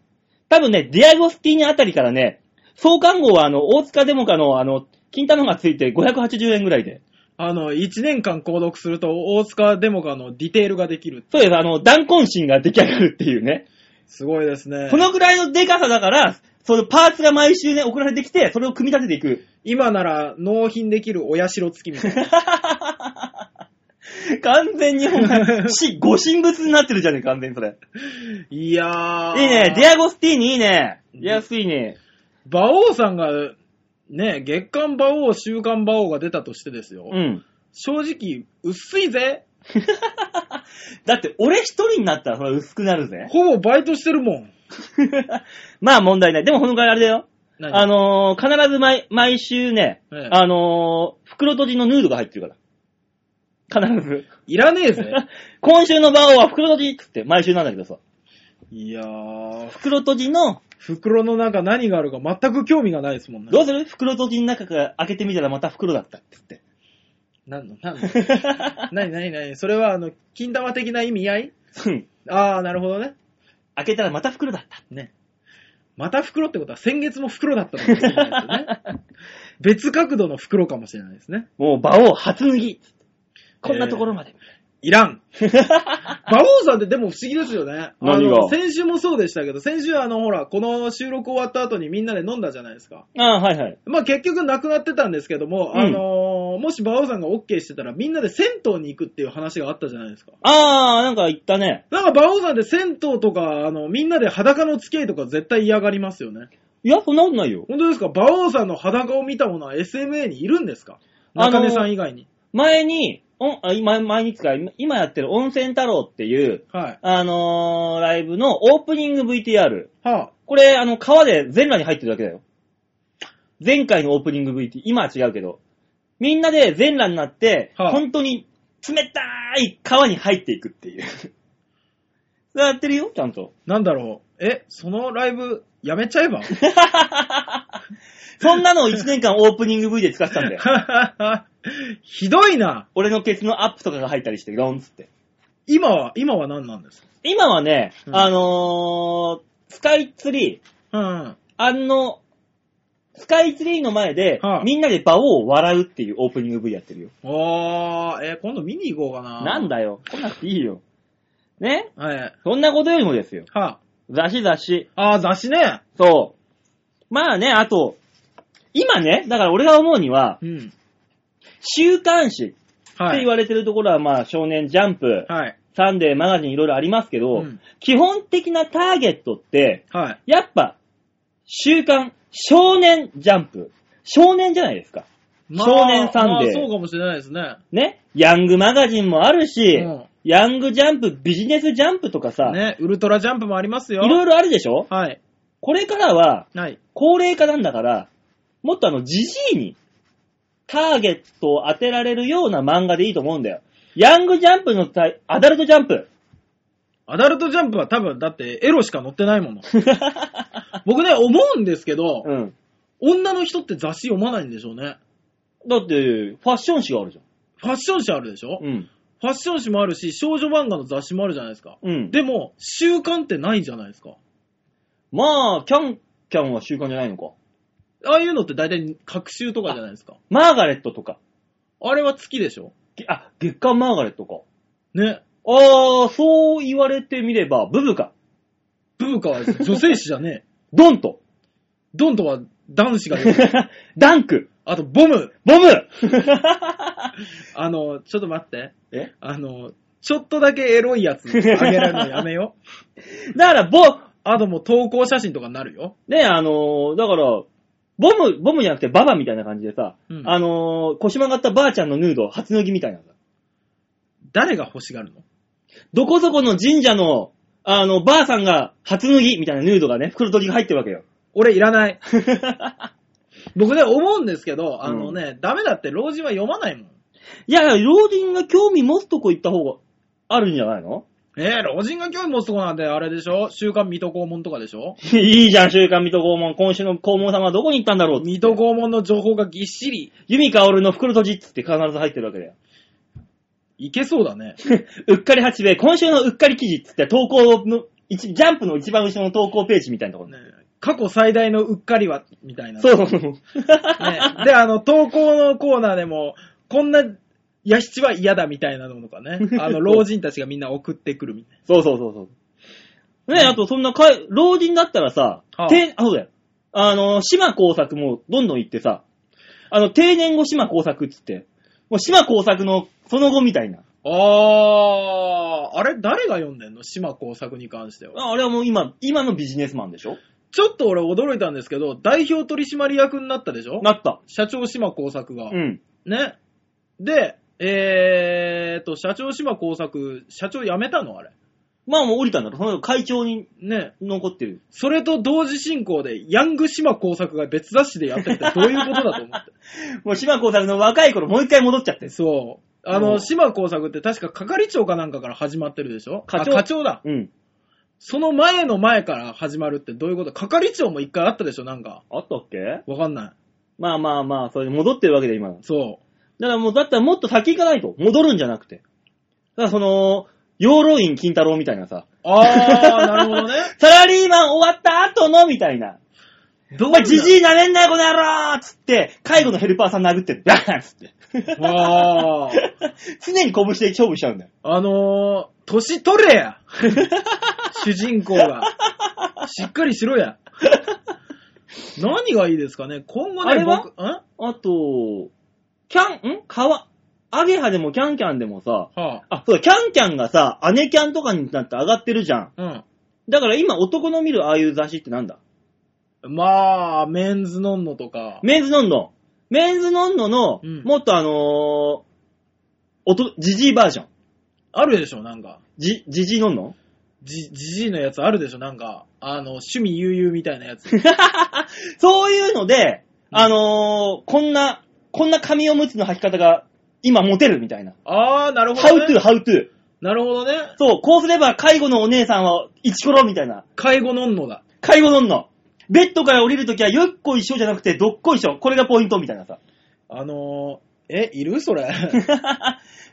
多分ね、ディアゴスティーニあたりからね、創刊号はあの、大塚デモかのあの、金玉がついて580円ぐらいで。
あの、1年間購読すると、大塚デモカのディテールができる。
そうです、あの、弾痕心が出来上がるっていうね。
すごいですね
こ。のぐらいのデカさだから、そのパーツが毎週ね、送られてきて、それを組み立てていく。
今なら納品できるお社付きみた
*laughs*
いな。
完全に、お前、し、ご神仏になってるじゃねえ、完全にそれ。
いやー。
いいね、ディアゴスティーニいいね。安いね。
馬王さんが、ね、月刊馬王、週刊馬王が出たとしてですよ。
うん。
正直、薄いぜ。
だって、俺一人になったら、それは薄くなるぜ。 *laughs*
ほぼバイトしてるもん。
まあ問題ない。でも、このぐらいあれだよ。
何
あのー、必ず毎、毎週ね、
ええ
あのー、袋閉じのヌードが入ってるから。必ず。
いらね
*laughs*
えぜ。
今週のバオは袋閉じっつって、毎週なんだけどさ。
いやー、
袋閉じの、
袋の中何があるか全く興味がないですもんね。
どうする袋閉じの中から開けてみたらまた袋だったって言って。
何の何の何何何それは、あの、金玉的な意味合い
うん
あー、なるほどね。
開けたらまた袋だった。
ね。また袋ってことは先月も袋だったのかもしれないで
*laughs*
すね。別角度の袋かもしれないですね。
もう馬王初脱ぎ。こんなところまで。
いら
*laughs*
ん。馬王さんってでも不思議ですよね。あ
何が
の、先週もそうでしたけど、先週あの、ほら、この収録終わった後にみんなで飲んだじゃないですか。
ああ、はいはい。
まあ結局なくなってたんですけども、
うん
あのーもし馬王さんが OK してたらみんなで銭湯に行くっていう話があったじゃないですか。
ああ、なんか言ったね。
なんか馬王さんって銭湯とか、あの、みんなで裸の付き合いとか絶対嫌がりますよね。
いや、そんなことないよ。
本当ですか馬王さんの裸を見た者は SMA にいるんですか
あのー
中根さん以外に。
前に、おんあ今、前に使う、今やってる温泉太郎っていう、
はい。
あのー、ライブのオープニング VTR。
は
これ、あの、川で全裸に入ってるだけだよ。前回のオープニング VT、今は違うけど、みんなで全裸になって、
はい
本当に冷たい川に入っていくっていう。それやってるよ、ちゃんと。
あ、なんだろう。え、そのライブ、やめちゃえば
そんなのを1年間オープニング V で使ってたんだよ。
*laughs* ひどいな。
俺のケツのアップとかが入ったりして、ロンつって。
今は、今は何なんですか
今はね、
うん
あのー、スカイツリー、
うん。
あの、スカイツリーの前で、
はい
みんなで馬王を笑うっていうオープニング V やってるよ。
おー、え、今度見に行こうかな。
なんだよ。来なくていいよ。ね
はい。
そんなことよりもですよ。
は
雑誌雑誌。
あ、あー雑誌ね。
そう。まあね、あと、今ね、だから俺が思うには、
うん。
週刊誌って
はい。
言われてるところは、まあ、少年ジャンプ、
はい。
サンデーマガジンいろいろありますけど、
うん
基本的なターゲットって、
はい。
やっぱ、週刊、少年ジャンプ。少年じゃないですか。
まあ
少年サンデー
まあそうかもしれないですね。
ね。ヤングマガジンもあるし、
うん
ヤングジャンプ、ビジネスジャンプとかさ、
ね、ウルトラジャンプもあります
い
よ。
ろいろあるでしょ
はい。
これからは、
はい。
高齢化なんだから、もっとあの、じじいに、ターゲットを当てられるような漫画でいいと思うんだよ。ヤングジャンプの対、アダルトジャンプ。
アダルトジャンプは多分、だってエロしか載ってない
*laughs*
もの。僕ね、思うんですけど、
うん。
女の人って雑誌読まないんでしょうね。
だって、ファッション誌があるじ
ファッション誌あるでしょ、
ゃん。うん。
フファッション誌もあるし、少女漫画の雑誌もあるじゃないですか。
うん。で、
でも、習慣ってないじゃないですか。
まあ、キャンキャンは習慣じゃないのか。
ああいうのって大体、各週とかじゃないですか。
マーガレットとか。
あれは月でしょ
げあ、月刊マーガレットか。
ね。
あー、そう言われてみれば、ブブか。
ブブカは女性誌じゃねえ。 *laughs*
ドンと。 *laughs*
ドンとは男子が出てる。
ダンク。
あと、ボム。
ボム
あの、ちょっと待って。
え
あの、ちょっとだけエロいやつあげられるのやめよ
*laughs*
う。
だから、ボ、
あともう投稿写真とかになるよ。
ね、あのーだから、ボム、ボムじゃなくてババみたいな感じでさ、
うん
あのー腰曲がったばあちゃんのヌード、初脱ぎみたいなの
誰が欲しがるの
どこそこの神社の、あの、ばあさんが初脱ぎみたいなヌードがね、袋取りが入ってるわけよ。
俺いらない。僕ね、思うんですけど、あのね、ダメだって老人は読まないもん。
いや、老人が興味持つとこ行った方があるんじゃないの
えー、老人が興味持つとこなんてあれでしょ週刊水戸黄門とかでしょ
いいじゃん、週刊水戸黄門。今週の黄門様はどこに行ったんだろうっつって
水戸黄門の情報がぎっしり。
弓かおるの袋閉じっつって必ず入ってるわけだよ。
いけそうだね。
うっかり八兵衛、今週のうっかり記事っつって投稿の一、ジャンプの一番後ろの投稿ページみたいなところね。
ね過去最大のうっかりは、みたいな。
そうそうそう。
ね、で、あの、投稿のコーナーでも、こんな、ヤシチは嫌だみたいなのとかね。
*laughs*
あの、老人たちがみんな送ってくるみたい
そうそうそうそう。ねえ、あとそんなかい、老人だったらさ、
はあ
定あ、そうだよ。あの、島工作もどんどん行ってさ、あの、定年後島工作っつって、もう島工作のその後みたいな。
な。あー、あれ誰が読んでんの島工作に関しては。
ああれはもう今、今のビジネスマンでしょ
ちょっと俺驚いたんですけど、代表取締役になったでしょ
なった。
社長島工作が。
うん。
ね。で、えーと、社長島工作、社長辞めたのあれ。
まあもう降りたんだろ。その会長に
ね。
残ってる。
それと同時進行で、ヤング島工作が別雑誌でやってきたらどういうことだと思って。
もう島工作の若い頃もう一回戻っち *laughs* ゃって。
そう。あ
う
の、
ん
島工作って確か係長かなんかから始まってるでしょ
課
あ
長
課長だ。
うん。
その前の前から始まるってどういうこと係長も一回あったでしょなんか。
あったっけ
わかんな
まあまあまあ、それで戻ってるわけで今。だか
い。そ
らもう、だったらもっと先行かないと。戻るんじゃなくて。だからその、養老院金太郎みたいなさ、
う。あ
*laughs*
ー、なるほどね。
サラリーマン終わった後の、みたいな。
ど
お前、じじいなれんなよ、この野郎つって、介護のヘルパーさん殴ってる。バーンつって。
あー。
常に拳で勝負しちゃうんだよ。
あのー、年取
*laughs*
れや主人公が。しっかりしろ
*laughs*
や。何がいいですかね今後
あ
ね、
れは
僕、んは
あと、キャン、ん川。アゲハでもキャンキャンでもさ、
あ、
あ、そうだ、キャンキャンがさ、姉キャンとかになって上がってるじゃん。
うん。
だから今男の見るああいう雑誌ってなんだ
まあ、メンズノンノとか。
メンズノンノ。メンズノンノの
う、ん
もっとあのー、おと、ジジイバージョン。
あるでしょなんか。
ジ、ジジイノンノ
じ、じじいのやつあるでしょなんか、あの、趣味悠々みたいな
*laughs*
やつ。
そういうので、
うん
あのー、こんな、こんな紙おむつの履き方が、今モテるみたいな。
あー、なるほ
ハウト
ど、
ゥー、
ね。
ハウトゥー。
なるほどね。
そう、こうすれば介護のお姉さんは、イチコロみたいな。
介護ノンノだ。
介護ノンノ。ベッドから降りるときは、よっこいしょじゃなくて、どっこいしょ。これがポイントみたいなさ。
あのー、え、いる
*laughs*
それ。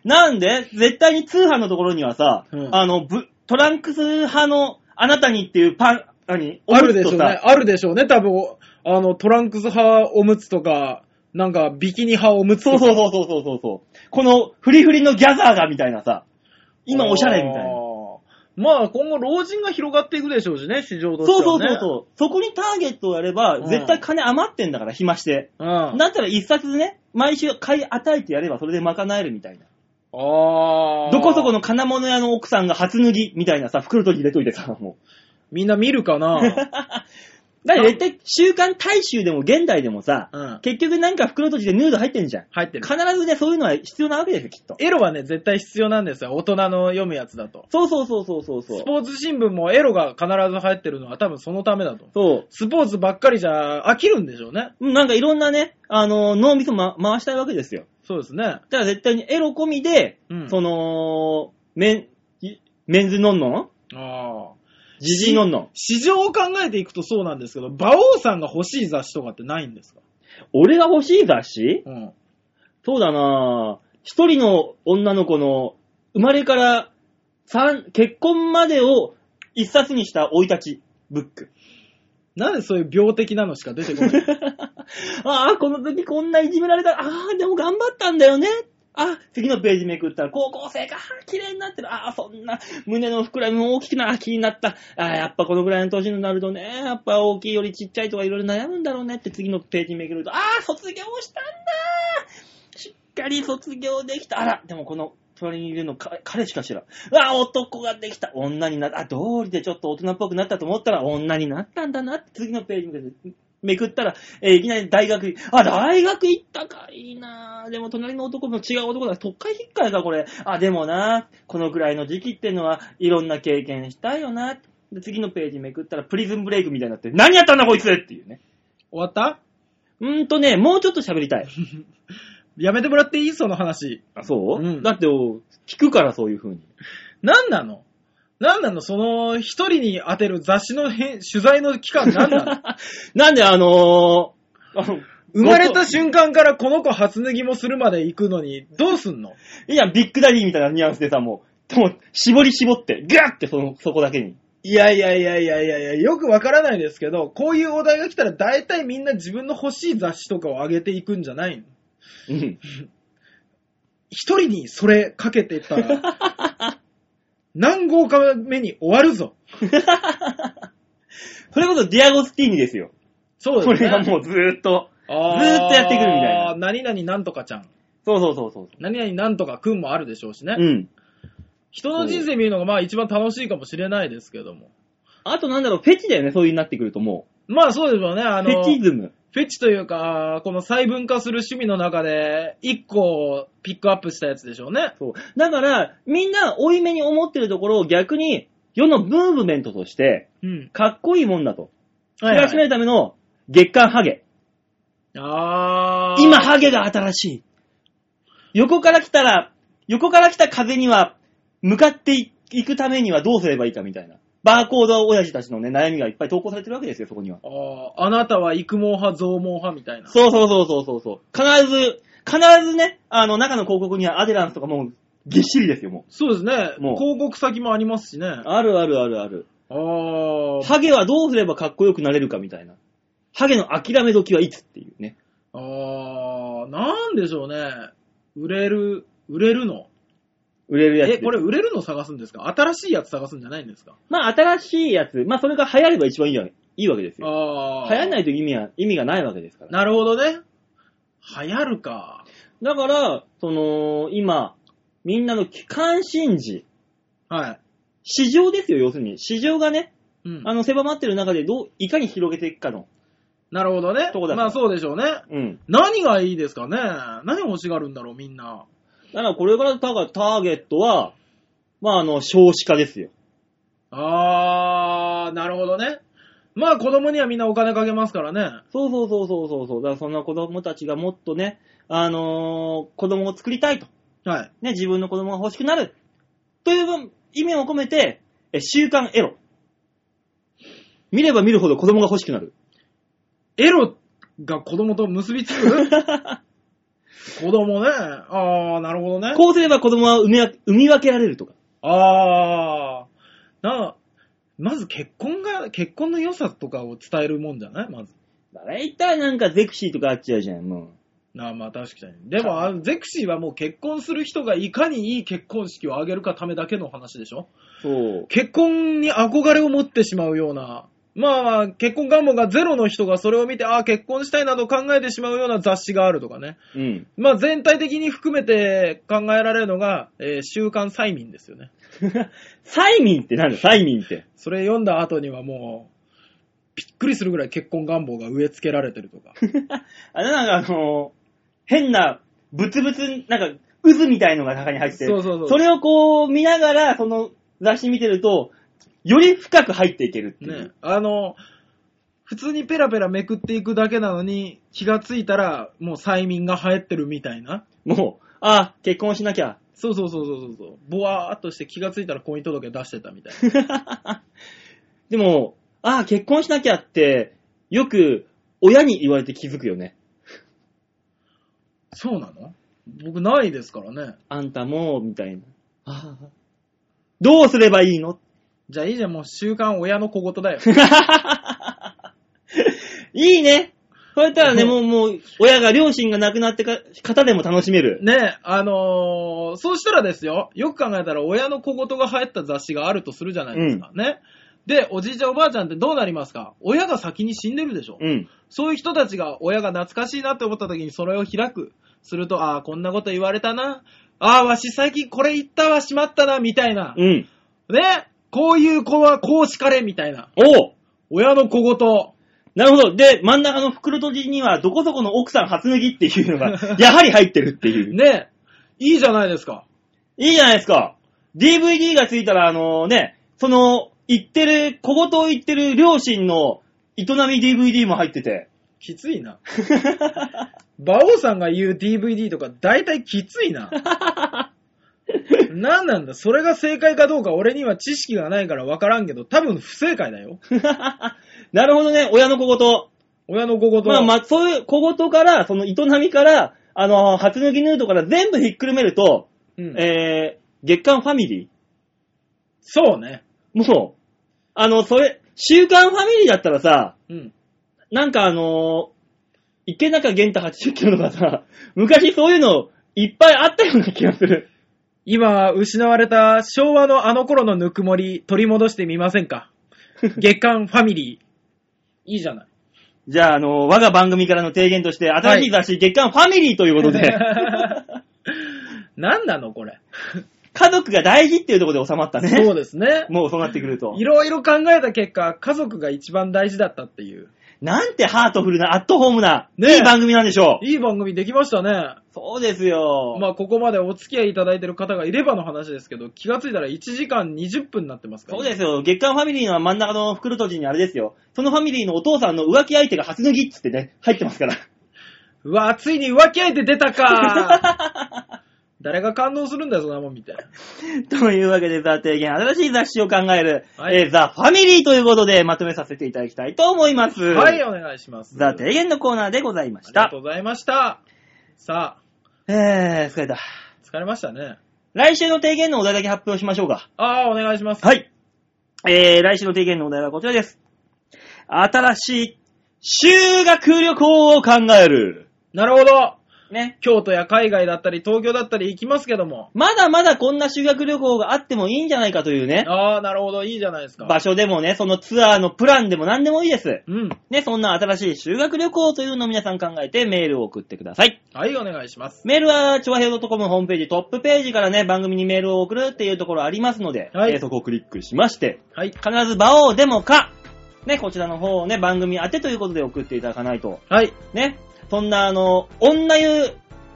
なんで、絶対に通販のところにはさ、
うん
あの、ぶトランクス派のあなたにっていうパン、何
あるでしょう
おむつと
ね。
さ
あるでしょうね。多分、おあの、トランクス派おむつとか、なんか、ビキニ派おむつと
そう
か。
そうそうそうそうそうそう。このフリフリのギャザーがみたいなさ、今おしゃれみたい
あ
な。
ー。まあ、今後、老人が広がっていくでしょうしね、市場として
そうそ
は、
う
ね。
そうそう。そこにターゲットをやれば
う、ん
絶対金余ってんだから、暇して。
う。うん。
だったら一冊ね、毎週買い与えてやればそれで賄えるみたいな。
ああ。
どこそこの金物屋の奥さんが初脱ぎみたいなさ、袋とじ入れといてさ、もう。
みんな見る
*laughs*
かな
だから絶対、週刊大衆でも現代でもさ、
うん。
結局なんか袋閉じでヌード入ってんじゃん。
入ってる
必。ずね、そういうのは必要なわけですよ、きっと。
エロはね、絶対必要なんですよ。大人の読むやつだと。
そうそうそうそうそうそ
ス
う。
ポーツ新聞もエロが必ず入ってるのは多分そのためだと。
そう。
スポーツばっかりじゃ飽きるんでしょうね。
うんなんかいろんなね、あの脳みそ、ま、回したいわけですよ。
そうですね。
だから絶対にエロ込みで、
うん
その、メン、いメンズノンノン
ああ。
ジジイノンノン
市場を考えていくとそうなんですけど、馬王さんが欲しい雑誌とかってないんですか
俺が欲しい雑誌
うん。
そうだなぁ一人の女の子の生まれから三結婚までを一冊にした生い立ちブック。
なんでそういう病的なのしか出て *laughs* こない。
ああ、この時こんないじめられた。ああ、でも頑張ったんだよね。あ、次のページめくったら、高校生か、綺麗になってる。ああ、そんな、胸の膨らみも大きくな、気になった。ああ、やっぱこのぐらいの年になるとね、やっぱ大きいよりちっちゃいとかいろいろ悩むんだろうねって次のページめくると、ああ、卒業したんだしっかり卒業できた。あら、でもこの、隣にいるのか、彼しかしら。ああ、男ができた。女になった。あ、道理でちょっと大人っぽくなったと思ったら、女になったんだなって次のページめくるめくったら、えーいきなり大学、あ、大学行ったか、いいなぁでも隣の男も違う男だ。特会引っかえだ、これ。あ、でもなこのくらいの時期ってのは、いろんな経験したいよなで、次のページめくったら、プリズンブレイクみたいになって、何やったんだ、こいつっていうね。
終わった
うーんとね、もうちょっと喋りたい。
やめてもらっていいその話。
あ、そう、
うん
だって、お聞くから、そういう風に。
なんなのなんなのその、一人に当てる雑誌の編取材の期間なんなの
なんで、あのー、あの
*laughs* 生まれた瞬間からこの子初脱ぎもするまで行くのに、どうすんの
いや、ビッグダディみたいなニュアンスでさ、もう、でも絞り絞って、ギャーってその、そこだけに。
いやいやいやいやいやいや、よくわからないですけど、こういうお題が来たら大体みんな自分の欲しい雑誌とかを上げていくんじゃないの
うん。
一人にそれかけてったら、 *laughs* 何号か目に終わるぞ。
それこそディアゴスティーニですよ。
そう
こ
です
れ
ね。
がもうずーっと。
あ
ずーっとやってくるみたいな
何々なんとかちゃん。
そうそうそうそう。
何々なんとかくんもあるでしょうしね。
うん。
人の人生見るのがまあ一番楽しいかもしれないですけども。
あとなんだろう、フェチだよね、そういうになってくるとも
まあそうですよね。あ
う。
の、
フェチズム。
フェチというか、この細分化する趣味の中で、一個をピックアップしたやつでしょうね。
そう。だから、みんな、追い目に思ってるところを逆に、世のムーブメントとして、
うん。
かっこいいもんだと。
はいはい
知らしめるための、月刊ハゲ。
あー。
今、ハゲが新しい。横から来たら、横から来た風には、向かっていいくためにはどうすればいいかみたいな。バーコード親父たちのね、悩みがいっぱい投稿されてるわけですよ、そこには。
あーあなたは育毛派、増毛派みたいな。
そうそうそうそうそうそう。必ず、必ずね、あの、中の広告にはアデランスとかもう、ぎっしりですよ、も
そうですね。
もう
広告先もありますしね。
う。
あ
あるあるあるある。
ー
ハゲはどうすればかっこよくなれるかみたいな。ハゲの諦め時はいつっていうね。
あー、なんでしょうね。売れる、売れるの。
売れるやつで
え、
す。
これ売れるの探すんですか新しいやつ探すんじゃないんですか
まあ、新しいやつ。まあ、それが流行れば一番いいわけいいわけですよ。
あー。
流行んないと意味は、意味がないわけですから。
なるほどね。流行るか。
だから、その、今、みんなの関心事、
はい。
市場ですよ、要するに。市場がね、
うん。
あの、狭まってる中で、どう、いかに広げていくかの。
なるほどね
とこ。だから
まあそうでしょうね。
うん。
何がいいですかね何欲しがるんだろう、みんな。
だからこれからたがターゲットは、まああの、少子化ですよ。
あー、なるほどね。まあ子供にはみんなお金かけますからね。
そうそうそうそうそうそう。だからそんな子供たちがもっとね、あのー子供を作りたいと。
はい。
ね、自分の子供が欲しくなる。という分意味を込めて、え週刊エロ。見れば見るほど子供が欲しくなる。
エロが子供と結びつ *laughs* く子供ね。あー、なるほどね。
こうすれば子供は産みわ産み分けられるとか。
あー。な、まず結婚が、結婚の良さとかを伝えるもんじゃないまず。
大体なんかゼクシーとかあっちゃうじゃん、も
なあまあ確かに。でも、あのゼクシーはもう結婚する人がいかにいい結婚式を挙げるかためだけの話でしょ
う。そう。
結婚に憧れを持ってしまうような、まあまあ、結婚願望がゼロの人がそれを見て、ああ、結婚したいなど考えてしまうような雑誌があるとかね。
うん。 *laughs*
まあ全体的に含めて考えられるのが、えー週刊催眠ですよね。
サイミンってなんだ、サイミンって。
それ読んだ後にはもう、びっくりするぐらい結婚願望が植え付けられてるとか。
あれなんかあのー変な、ブツブツ、なんか、渦みたいのが中に入ってる。
そうそうそう
れをこう見ながら、その雑誌見てると、より深く入っていけるっていう。
ね。あの、普通にペラペラめくっていくだけなのに、気がついたら、もう催眠が流行ってるみたいな。
もう、あ、結婚しなきゃ。 *laughs*
そうそうそうそうそうそう。ぼわーっとして気がついたら婚姻届出してたみたいな。
でも、あ、結婚しなきゃって、よく親に言われて気づくよね。
そうなの僕ないですからね。
あんたも、みたいな。
ああ
どうすればいいの
じゃあいいじゃん、もう習慣親の小言だよ。 *laughs*
*laughs* いいね。そうやったらね、
うん
もう、もう、親が、両親が亡くなってか、方でも楽しめる。
ねえ、あのーそうしたらですよ、よく考えたら親の小言が流行った雑誌があるとするじゃないですか。ね。で、おじいちゃんおばあちゃんってどうなりますか親が先に死んでるでしょ、
うん。
そういう人たちが親が懐かしいなって思った時にそれを開く。すると、ああ、こんなこと言われたな。ああ、わし最近これ言ったわ、しまったな、みたいな。
うん。
ねこういう子はこう叱れ、みたいな。
おう
親の小言。
なるほど。で、真ん中の袋閉じには、どこそこの奥さん初脱ぎっていうのが、やはり入ってるっていう。
ねいいじゃないですか。
いいじゃないですか。DVD がついたら、あのね、その、言ってる、小言を言ってる両親の営み DVD も入ってて。 *laughs*
きついな。馬王さんが言う DVD とか大体きついな。何なんだそれが正解かどうか俺には知識がないから分からんけど、多分不正解だよ。
なるほどね、親の小言。
親の小言
まあ
は。
まあ、そういう小言から、その営みから、あのー初脱ぎヌードから全部ひっくるめると、
うん
えー、月刊ファミリー
そうね。
もう、あの、それ、週刊ファミリーだったらさ、
うん。
なんかあのー池中玄太80キロとかさ、 *laughs* 昔そういうのいっぱいあったような気がする。
今、失われた昭和のあの頃のぬくもり取り戻してみませ
*laughs*
んか月刊ファミリー。いいじゃない。
じゃあ、あのー我が番組からの提言として、新しい雑誌、月刊ファミリーということで、
*laughs*
*laughs*
何なのこれ。
家族が大事っていうところで収まった
そ
ね。
うで
*laughs*
すね。
もうそうなってくると
い。ろいろ考えた結果、家族が一番大事だったっていう。
なんてハートフルな、アットホームな、
ねえ
いい番組なんでしょう。
いい番組できましたね。
そうですよ。
まあ、ここまでお付き合いいただいてる方がいればの話ですけど、気がついたら1時間20分になってますから、
そうですよ。月刊ファミリーの真ん中の袋閉じにあれですよ。そのファミリーのお父さんの浮気相手が初脱ぎっつってね、入ってますから。
うわ、ついに浮気相手出たか
*laughs*
誰が感動するんだよ、そんなもん見て。
*laughs* というわけで、ザ提言、新しい雑誌を考える、
はい
えーザ・ファミリーということでまとめさせていただきたいと思います。
はい、お願いします。
ザ
あり
提言のコーナーでございまし
が
た
と。うございました。さあ、
えー、疲れた。
疲れましたね。
来週の提言のお題だけ発表しましょうか。
ああ、お願いします。
はい。えー、来週の提言のお題はこちらです。新しい修学旅行を考える。
なるほど。
ね。
京都や海外だったり、東京だったり行きますけども。
まだまだこんな修学旅行があってもいいんじゃないかというね、
ああ、なるほど。いいじゃないですか。
場所でもね、そのツアーのプランでも何でもいいです。
うん。
ね、そんな新しい修学旅行というのを皆さん考えてメールを送ってください。
はい、お願いします。
メールは、ちょわへい .com ホームページトップページからね、番組にメールを送るっていうところありますので、
はい
えーそこをクリックしまして、
はい。
必ず場をでもか、ね、こちらの方をね、番組宛てということで送っていただかないと、
はい。
ね、そんなあの、女湯、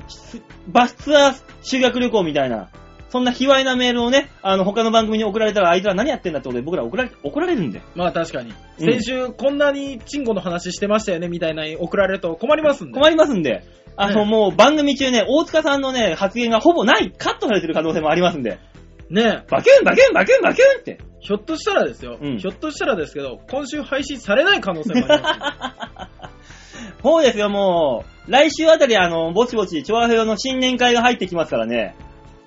すバスツアー修学旅行みたいな、そんな卑猥なメールをね、あの、他の番組に送られたら、あいつら何やってんだってことで、僕ら怒られ、怒られるんで。
まあ確かに。
うん
先週、こんなにチンコの話してましたよね、みたいなに送られると困りますんで。
困りますんで。あの、
ね
もう番組中ね、大塚さんのね、発言がほぼない、カットされてる可能性もありますんで。
ねえ
バキュン、バキュン、バキュン、バキュンって。
ひょっとしたらですよ、
うん
ひょっとしたらですけど、今週配信されない可能性もありますんで。
そうですよ、もう。来週あたり、あの、ぼちぼち、調和表の新年会が入ってきますからね。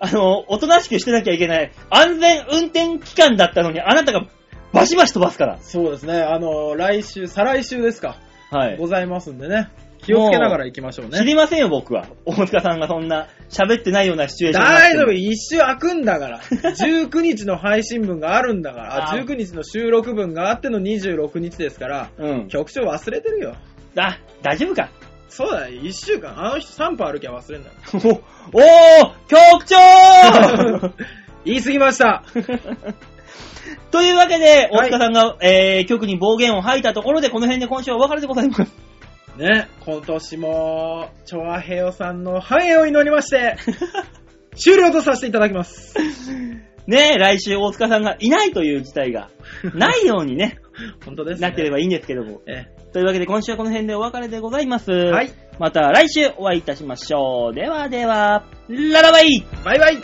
あの、おとなしくしてなきゃいけない、安全運転期間だったのに、あなたがバシバシ飛ばすから。
*laughs* そうですね、あの、来週、再来週ですか、
はい。
ございますんでね。気をつけながら行きましょう
知
ね。
りませんよ、僕は。大塚さんがそんな、喋ってないようなシチュエーションになって
大
も
丈夫、一週空くんだから。19日 *laughs* の配信分があるんだから、
あ
あ
ー
19日の収録分があっての26日ですから、
うん。
局長忘れてるよ。
あ、大丈夫
*laughs*
か。
そうだよ、1週間、あの人3歩歩きゃ忘れんだよ。
お、おー局長 *laughs*
*laughs* 言い過ぎました。
というわけで、大
はい
塚さんが、えー、局に暴言を吐いたところで、この辺で今週はお別れでございます。
ね、今年も、チョアヘヨさんの繁栄を祈り
*laughs*
まして、終了とさせていただきます。
ねえ、来週大塚さんがいないという事態
*laughs*
が、ないようにね、
本当です、ね。
なければいいんですけども。
え
というわけで、今週はこの辺でお別れでございます。
えはい、
また来週お会いいたしましょう。ではでは、ララバイ
バイバイ